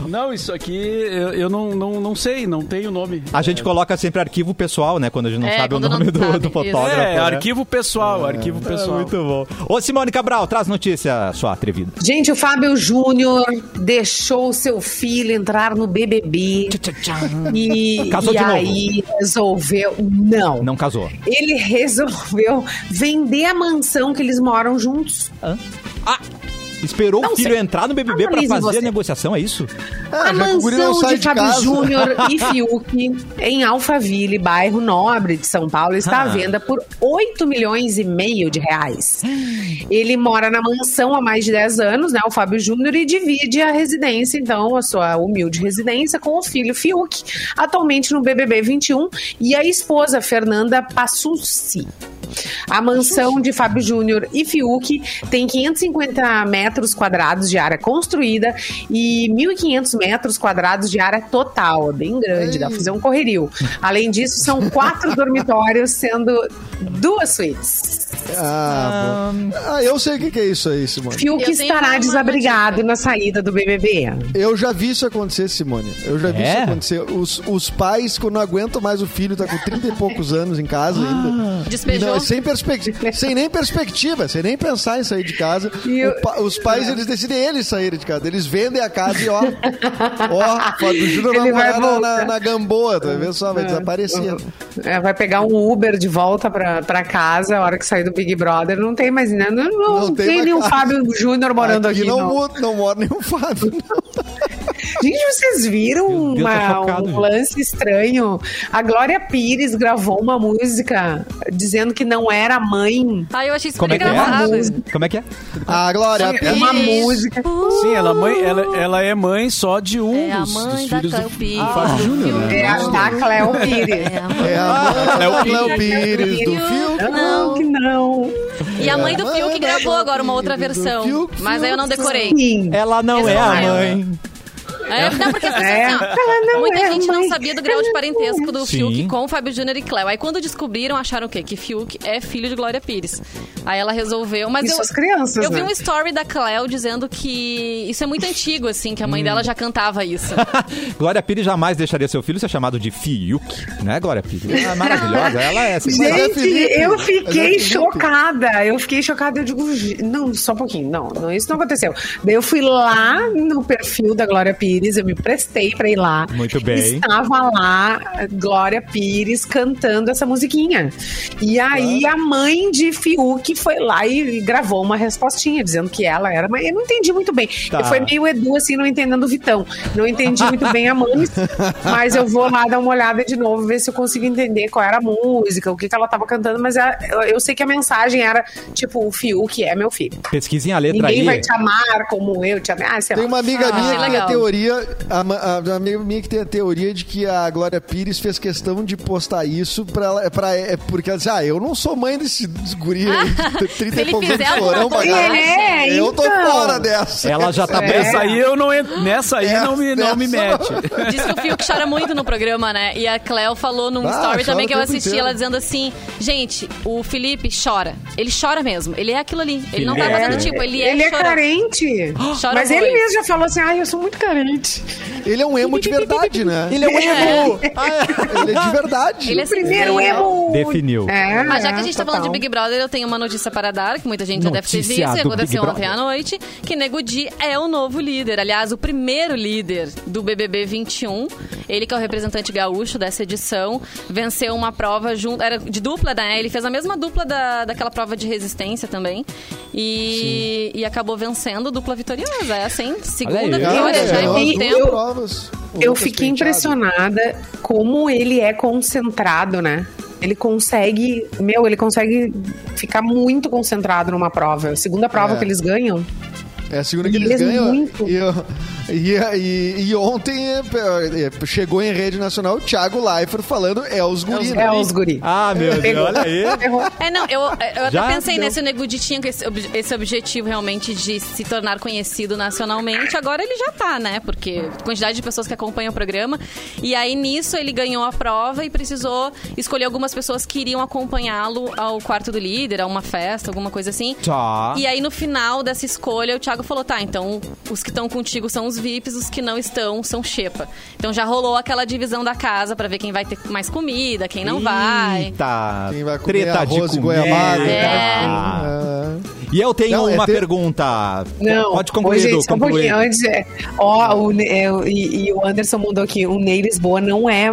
S5: Não, isso aqui eu, eu não, não, não sei, não tem o nome.
S1: A gente coloca sempre arquivo pessoal, né? Quando a gente não
S3: É,
S1: sabe o
S3: quando não
S1: nome do,
S3: sabe,
S1: do
S3: isso.
S1: fotógrafo.
S5: É,
S1: né?
S5: arquivo pessoal, arquivo pessoal.
S1: É, muito bom. Ô, Simone Cabral, traz notícia, sua atrevida.
S2: Gente, o Fábio Júnior deixou o seu filho entrar no BBB. E,
S1: Casou
S2: e
S1: de novo.
S2: aí resolveu. Não.
S1: Não casou.
S2: Ele resolveu vender a mansão que eles moram juntos.
S1: Ah! Esperou o
S2: Não
S1: filho
S2: sei.
S1: entrar no BBB pra
S2: Analise
S1: fazer
S2: você.
S1: a negociação, é isso?
S4: Ah,
S2: a
S4: já que o guri não
S2: mansão
S4: sai
S2: de
S4: de
S2: Fábio
S4: casa.
S2: Júnior e Fiuk em Alphaville, bairro nobre de São Paulo, está
S1: Ah.
S2: à venda por 8 milhões e meio de reais. Ele mora na mansão há mais de 10 anos, né? O Fábio Júnior e divide a residência, então, a sua humilde residência com o filho Fiuk, atualmente no BBB 21, e a esposa Fernanda Passucci. A mansão de Fábio Júnior e Fiuk tem 550 metros quadrados de área construída e 1.500 metros quadrados de área total. É bem grande, dá pra fazer um correrio. Além disso, são quatro dormitórios, sendo duas suítes.
S4: Ah, bom. Ah, eu sei o que, que é isso aí, Simone.
S2: Fiuk
S3: Eu tenho
S2: estará
S3: uma
S2: desabrigado
S3: notícia.
S2: na saída do BBB.
S4: Eu já vi isso acontecer, Simone. Eu já vi
S1: É?
S4: isso acontecer. Os, os pais, quando não aguentam mais o filho, tá com 30 e poucos anos em casa
S3: Ah.
S4: ainda. E
S3: Despejou.
S4: não, sem, perspectiva, sem nem perspectiva, sem nem pensar em sair de casa.
S2: E
S4: O
S2: eu-
S4: pa- os pais, eles decidem eles saírem de casa. Eles vendem a casa e ó. ó, Fábio Júnior vai
S2: Ele vai
S4: morar na, na,
S2: voltar.
S4: na Gamboa, tá vendo só? Vai
S2: É.
S4: desaparecer.
S2: É, vai pegar um Uber de volta pra, pra casa a hora que sair do Big Brother. Não tem mais, né? Não, não,
S4: Não tem
S2: tem,
S4: mais
S2: nenhum
S4: casa.
S2: Fábio Júnior morando aqui.
S4: E não,
S2: não.
S4: muda, não mora nenhum Fábio. não.
S2: Gente, vocês viram
S1: Meu Deus,
S2: uma-
S1: tô chocado,
S2: um
S1: gente.
S2: lance estranho? A Glória Pires gravou uma música dizendo que não era mãe.
S3: Ah, eu achei isso
S1: Como é
S3: bem
S1: que
S3: engraçado.
S1: é? Como é que é?
S4: Ah, Glória,
S2: É uma
S3: Pires.
S2: música.
S5: Sim, ela, é
S2: Uh!
S5: mãe, ela, ela é mãe só de um
S3: É a
S5: dos,
S3: mãe
S5: dos
S3: da
S5: filhos do
S3: Campi.
S5: Fábio Júnior, né?
S2: É a da Cléo Pires.
S3: É a mãe.
S4: É a mãe do Léo
S1: né?
S4: Pires, do
S3: Pires. Ah,
S4: Fiuk.
S2: Não, que não.
S3: E a mãe do
S4: Mãe
S3: Fiuk
S4: da
S3: gravou
S4: Gabi,
S3: agora uma outra
S4: do
S3: versão.
S4: Fiuk,
S3: Mas aí eu não
S4: Fiuk.
S3: decorei.
S2: Sim.
S1: Ela não
S3: Essa
S1: é a
S3: não é ela.
S1: mãe.
S3: É, não, porque as pessoas,
S2: É.
S3: assim, ó,
S2: Ela não
S3: muita
S2: é
S3: gente não
S2: mãe.
S3: sabia do grau de parentesco do
S1: Sim.
S3: Fiuk com o Fábio Júnior e Cléo. Aí quando descobriram, acharam o quê? Que Fiuk é filho de Glória Pires. Aí ela resolveu, mas
S2: Isso
S3: eu...
S2: as crianças,
S3: Eu vi
S2: né?
S3: um story da Cléo dizendo que isso é muito antigo, assim, que a mãe dela já cantava isso.
S1: Glória Pires jamais deixaria seu filho ser chamado de Fiuk, né, Glória Pires? Ela é maravilhosa, ela é. assim,
S4: Mas é
S2: Gente,
S4: Felipe.
S2: eu
S4: Mas é
S2: fiquei
S4: Felipe.
S2: chocada. Eu fiquei chocada. Eu digo, "Gi- não, só um pouquinho. Não, não, isso não aconteceu. Daí eu fui lá no perfil da Glória Pires, eu me prestei pra ir lá.
S1: Muito bem.
S2: Estava lá Glória Pires cantando essa musiquinha. E aí a mãe de Fiuk foi lá e gravou uma respostinha dizendo que ela era, mas eu não entendi muito bem.
S1: Tá.
S2: Eu fui meio Edu assim, não entendendo o Vitão. Não entendi muito bem a mãe, mas eu vou lá dar uma olhada de novo, ver se eu consigo entender qual era a música, o que, que ela tava cantando, mas a- eu, eu sei que a mensagem era tipo, o Fiuk é meu filho.
S1: Pesquisem a letra
S2: Ninguém
S1: aí.
S2: vai te amar como eu te amei. Ah, sei
S4: Tem
S2: lá.
S4: uma amiga
S3: Ah,
S4: minha que tem a
S3: legal.
S4: teoria, a, ma- a- uma amiga minha que tem a teoria de que a Glória Pires fez questão de postar isso pra, ela- pra, é, porque ela disse, ah, eu não sou mãe desse guri aí,
S3: Ah,
S4: 30
S3: Se
S4: e
S3: ele
S4: poucos anos
S3: fizer
S4: de
S3: alguma
S4: florão pra
S3: coisa- né?
S4: caralho.
S2: É,
S4: Eu tô
S2: então.
S4: fora dessa. É.
S1: Ela já tá
S5: Nessa
S1: pensando.
S5: aí eu não en- nessa aí não me não me
S4: Essa-
S5: mete.
S1: é
S3: Diz que o Fiuk chora muito no programa, né? E a Cléo falou num
S4: Ah,
S3: story
S4: chora
S3: também que eu
S4: o tempo
S3: assisti,
S4: inteiro.
S3: ela dizendo assim: gente, o Felipe chora. Ele chora mesmo. Ele é aquilo ali. Ele não tá
S1: Felipe.
S3: fazendo tipo, ele é,
S2: ele é
S3: chorão.
S2: carente.
S3: Chora horrores.
S2: Mas ele mesmo já falou assim: ah, eu sou muito carente.
S4: Ele é um emo de verdade, né?
S1: Ele é um emo! Ah,
S4: Ele é de verdade.
S3: Ele é
S2: Primeiro
S3: sincero.
S2: emo!
S1: é. Definiu.
S2: É,
S3: Mas já que a gente tá
S2: total.
S3: falando de Big Brother, eu tenho uma notícia para dar, que muita gente já deve
S1: Notícia
S3: ter visto, e
S1: do
S3: aconteceu
S1: Big
S3: ontem à
S1: Brother.
S3: noite, que Nego Di é o novo líder, aliás, o primeiro líder do BBB 21. Ele que é o representante gaúcho dessa edição, venceu uma prova junto, era de dupla, né? Ele fez a mesma dupla da, daquela prova de resistência também, e, e acabou vencendo dupla vitoriosa, é assim, segunda
S1: aí,
S3: vitória
S2: olha
S3: já
S2: aí,
S3: em
S2: ó.
S3: muito
S2: Eu-
S3: tempo.
S4: um provas. O
S2: Eu
S4: Lucas
S2: fiquei
S4: Penteado.
S2: impressionada como ele é concentrado, né? Ele consegue, meu, ele consegue ficar muito concentrado numa prova. Segunda prova
S4: É.
S2: que eles ganham.
S4: É a segunda que
S2: E
S4: eles
S2: eles
S4: ganham.
S2: muito.
S4: E, eu- e, e- e ontem é, é, chegou em rede nacional o Thiago Leifert falando é os guri. né?
S2: É os guri.
S1: Ah, meu Deus,
S2: Pegou.
S1: olha aí.
S2: Errou.
S3: É, não, eu, eu até
S1: Já
S3: pensei
S1: deu.
S3: nesse o Nego Di tinha esse, ob- esse objetivo realmente de se tornar conhecido nacionalmente. Agora ele já tá, né? Porque quantidade de pessoas que acompanham o programa. E aí nisso ele ganhou a prova e precisou escolher algumas pessoas que iriam acompanhá-lo ao quarto do líder, a uma festa, alguma coisa assim.
S1: Tá.
S3: E aí no final dessa escolha o Thiago falou: tá, então os que estão contigo são os VIPs, os que não estão são Xepa. Então já rolou aquela divisão da casa pra ver quem vai ter mais comida, quem não vai.
S1: Eita,
S4: Quem vai comer
S1: treta de
S4: arroz e
S1: comida.
S4: goiabada.
S1: Ah.
S4: Ah,
S1: E eu tenho
S4: Não, é
S1: uma
S4: ter-
S1: pergunta.
S2: É. Não,
S1: Pode concluir,
S2: Ô, gente,
S1: Edu,
S2: só um
S1: concluir.
S2: pouquinho antes. é, Ó, o, Ne- é, o- e, e o Anderson mandou aqui: o Ney Lisboa não é,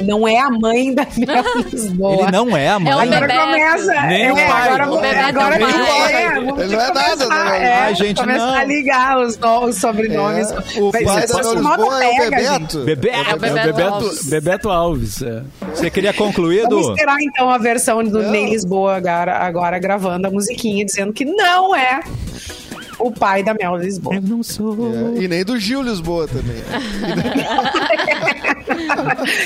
S2: não é a mãe da Mel Lisboa.
S1: Ele não é, mano.
S3: o
S2: Agora
S3: Bebeto.
S2: começa.
S1: Nem
S2: é,
S1: o pai.
S2: Agora,
S4: O Bebeto
S2: agora
S3: é o
S2: que
S3: pai.
S2: é, vamos
S4: Ele não
S2: ter que
S4: é nada,
S2: começar,
S4: não.
S2: é,
S1: né, Ai, gente,
S2: começar
S1: não.
S2: a ligar os, no- os sobrenomes.
S4: é. O
S2: Vai-
S4: pai
S2: se
S4: da
S2: fosse
S4: Nora
S2: moda,
S4: Lisboa é o
S2: pega,
S4: Bebeto.
S2: gente.
S1: Bebeto.
S3: É o Bebeto Alves.
S5: Bebeto, Bebeto Alves. é.
S1: Você queria concluir,
S2: Vamos
S1: Edu?
S2: esperar então a versão do
S4: Não.
S2: Ney Lisboa agora, agora gravando a musiquinha dizendo que não é o pai da Mel Lisboa.
S1: não sou.
S4: É, E nem do Gil Lisboa também.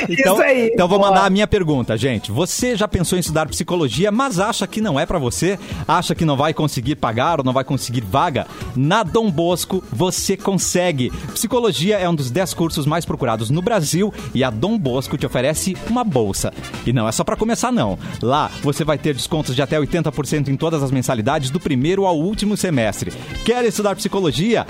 S1: Então,
S2: Isso aí.
S1: então vou
S2: boa.
S1: mandar a minha pergunta, gente. Você já pensou em estudar psicologia, mas acha que não é pra você? Acha que não vai conseguir pagar ou não vai conseguir vaga? Na Dom Bosco você consegue. Psicologia é um dos 10 cursos mais procurados no Brasil e a Dom Bosco te oferece uma bolsa. E não é só pra começar não. Lá você vai ter descontos de até 80% em todas as mensalidades do primeiro ao último semestre. Quer estudar psicologia?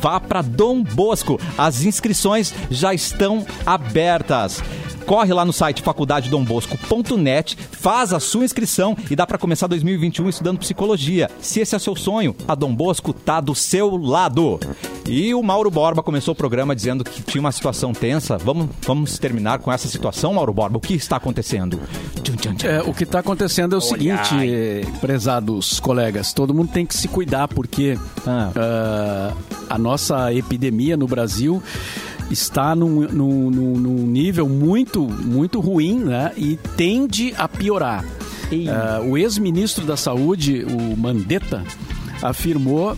S1: Vá pra Dom Bosco. As inscrições já estão abertas. Corre lá no site faculdadedombosco.net, faz a sua inscrição e dá para começar 2021 estudando psicologia. Se esse é o seu sonho, a Dom Bosco tá do seu lado. E o Mauro Borba começou o programa dizendo que tinha uma situação tensa. Vamos, vamos terminar com essa situação, Mauro Borba. O que está acontecendo? Tchum, tchum, tchum.
S5: É, o que está acontecendo é o seguinte, eh, prezados colegas, todo mundo tem que se cuidar porque
S1: Ah.
S5: ah, a nossa epidemia no Brasil está num, num- num- num nível muito, muito ruim né? e tende a piorar. Ah, o ex-ministro da Saúde, o Mandetta, afirmou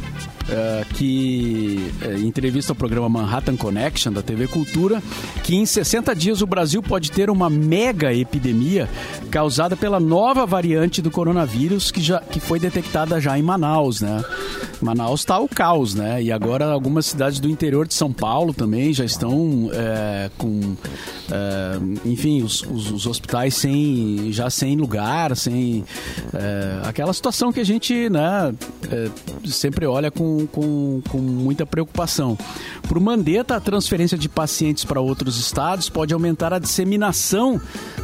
S5: ah, que, eh, em entrevista ao programa Manhattan Connection da TV Cultura, que em 60 dias o Brasil pode ter uma mega epidemia causada pela nova variante do coronavírus que, já, que foi detectada já em Manaus, né? Manaus está o caos, né? E agora algumas cidades do interior de São Paulo também já estão eh, com, eh, enfim, os, os- os hospitais sem, já sem lugar, sem eh, aquela situação que a gente, né, eh, sempre olha com, com, com muita preocupação. Para o Mandetta, a transferência de pacientes para outros estados pode aumentar a disseminação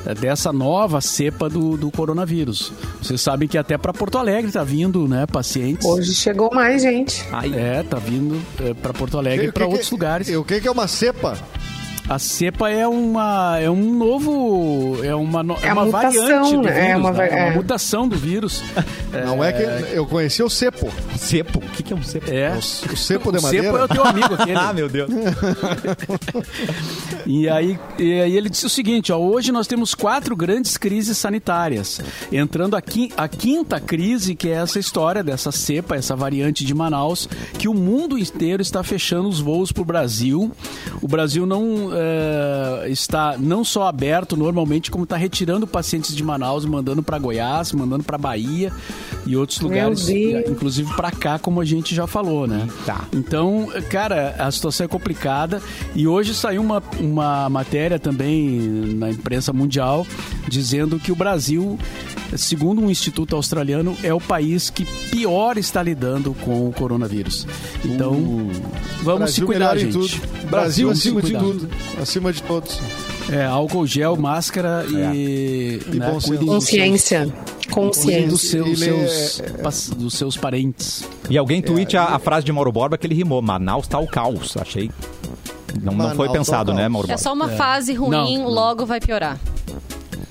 S5: eh, dessa nova cepa do, do coronavírus. Vocês sabem que até para Porto Alegre está vindo, né, pacientes.
S2: Hoje chegou mais gente.
S5: É, tá vindo para Porto
S4: O
S5: Alegre
S4: que-
S5: e para
S4: que-
S5: É outros lugares.
S4: E o que, que é uma cepa?
S5: A cepa é uma é um novo é uma no- é,
S2: É
S5: uma
S2: mutação,
S5: variante do
S2: né?
S5: vírus,
S2: É uma
S5: né?
S2: va-
S5: É uma
S2: é.
S5: mutação do vírus.
S4: Não é que eu conheci o cepo.
S1: Cepo? O que que é um cepo?
S5: É.
S4: O, o cepo
S5: O
S4: de madeira.
S5: cepo é o teu amigo aquele.
S1: Ah, meu Deus.
S5: E aí, e aí ele disse o seguinte: ó, hoje nós temos quatro grandes crises sanitárias. Entrando a, quin- a quinta crise, que é essa história dessa cepa, essa variante de Manaus, que o mundo inteiro está fechando os voos para o Brasil. O Brasil não eh, está não só aberto normalmente, como está retirando pacientes de Manaus, e mandando para Goiás, mandando para Bahia e outros lugares,
S2: Deus.
S5: inclusive para cá, como a gente já falou, né?
S1: Tá.
S5: Então, cara, a situação é complicada e hoje saiu uma, uma matéria também na imprensa mundial dizendo que o Brasil segundo um instituto australiano, é o país que pior está lidando com o coronavírus. Então, vamos
S4: Uh. Brasil
S5: se cuidar,
S4: melhor em
S5: gente.
S4: tudo. Brasil
S5: vamos se
S4: acima de
S5: cuidar.
S4: tudo. Acima de todos.
S5: É, álcool gel, máscara e,
S4: É.
S5: né,
S4: E bom senso.
S5: cuidem dos
S2: Consciência.
S5: seus,
S2: Consciência.
S5: dos seus,
S4: Ele é-
S5: seus pas- dos seus parentes.
S1: E alguém tweet a, a frase de Mauro Borba que ele rimou: Manaus tá o caos. Achei. Não, não foi
S4: Manaus tá o
S1: pensado,
S4: caos.
S1: né, Mauro
S3: É
S1: Borba?
S3: só uma fase ruim,
S5: Não.
S3: logo vai piorar.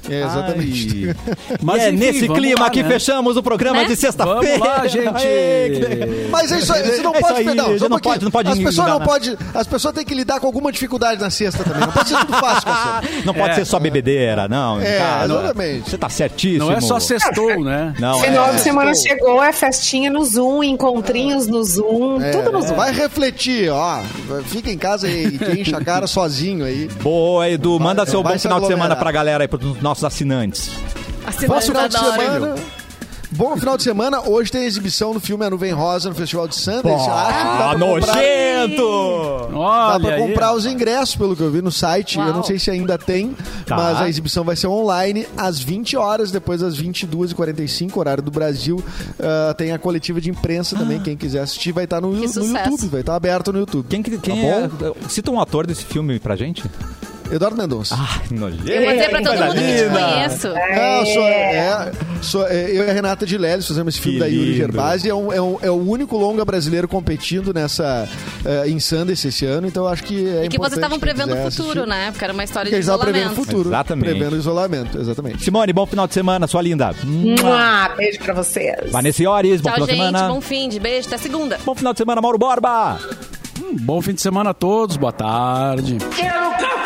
S4: É, exatamente.
S1: Ai.
S5: Mas
S1: e é
S5: enfim,
S1: nesse
S5: vamos
S1: clima
S5: lá,
S1: que
S5: né?
S1: fechamos o programa
S3: Né?
S1: de sexta-feira.
S5: Vamos lá, gente.
S1: Tá Aê, que legal.
S4: Mas é isso aí, você
S1: É
S4: não
S1: isso
S4: pode
S1: aí,
S4: pedal.
S1: não pode- não pode né?
S4: as pessoas
S1: enganar.
S4: não pode, as pessoas têm que lidar com alguma dificuldade na sexta também. Não pode ser tudo fácil,
S5: Ah,
S4: parceiro.
S1: Não
S5: é.
S1: pode ser só bebedeira, não.
S4: É,
S1: cara.
S4: exatamente.
S1: Você tá certíssimo.
S5: Não é só sextou, né?
S1: Não,
S2: Final
S1: é.
S2: de semana
S4: estou-
S2: chegou, é festinha no Zoom, encontrinhos no Zoom,
S4: É,
S2: tudo no Zoom.
S4: Vai refletir, ó. Fica em casa e e enche a cara sozinho aí.
S1: é. Boa, Edu. Manda seu
S4: vai um
S1: bom
S4: se
S1: final de semana
S4: aglomerar.
S1: pra galera aí, pros nossos assinantes.
S4: Bom final de
S3: Adoro.
S4: semana. Bom final de semana. Hoje tem a exibição do filme A Nuvem Rosa no Festival de Sundance. Acho que dá
S1: Ah,
S4: pra comprar-
S1: nojento!
S5: Olha
S4: Dá pra
S5: aí.
S4: comprar um os ingressos, pelo que eu vi no site.
S3: Uau.
S4: Eu não sei se ainda tem,
S1: Tá.
S4: mas a exibição vai ser online às 20 horas, depois às 22h45, horário do Brasil. Ah, tem a coletiva de imprensa também. Quem quiser assistir vai estar no, no
S3: Ah. sucesso.
S4: YouTube, vai estar aberto no YouTube.
S1: Quem, que- quem
S4: Tá
S1: é, cita um ator desse filme pra gente.
S4: Eduardo Mendonça.
S1: Ah, nojento.
S3: Eu vou dizer pra todo
S1: Coisa
S3: mundo que te
S1: linda.
S3: conheço.
S4: É, sou, é, sou- é, eu e a Renata de Leles fizemos esse filme
S1: Que
S4: da Yuri
S1: lindo.
S4: Gervasi. É, um- é um- é o único longa brasileiro competindo nessa é, em Sundance esse ano, então eu acho que é
S3: E que vocês
S4: importante
S3: estavam
S4: quem
S3: prevendo
S4: quiser
S3: o futuro,
S4: assistir.
S3: né? Porque era uma história
S4: Porque
S3: de
S4: eles estavam prevendo o
S3: isolamento.
S4: futuro.
S1: Exatamente.
S4: Prevendo o isolamento, exatamente.
S1: Simone, bom final de semana, sua linda.
S2: Mua, beijo pra vocês.
S1: Vanessa Iores, bom
S3: Hum. Tchau,
S1: final de
S3: gente.
S1: semana.
S3: Bom fim de beijo. Até segunda.
S1: Bom final de semana, Mauro Borba!
S5: Bom fim de semana a todos. Boa tarde.
S6: Quero café! É.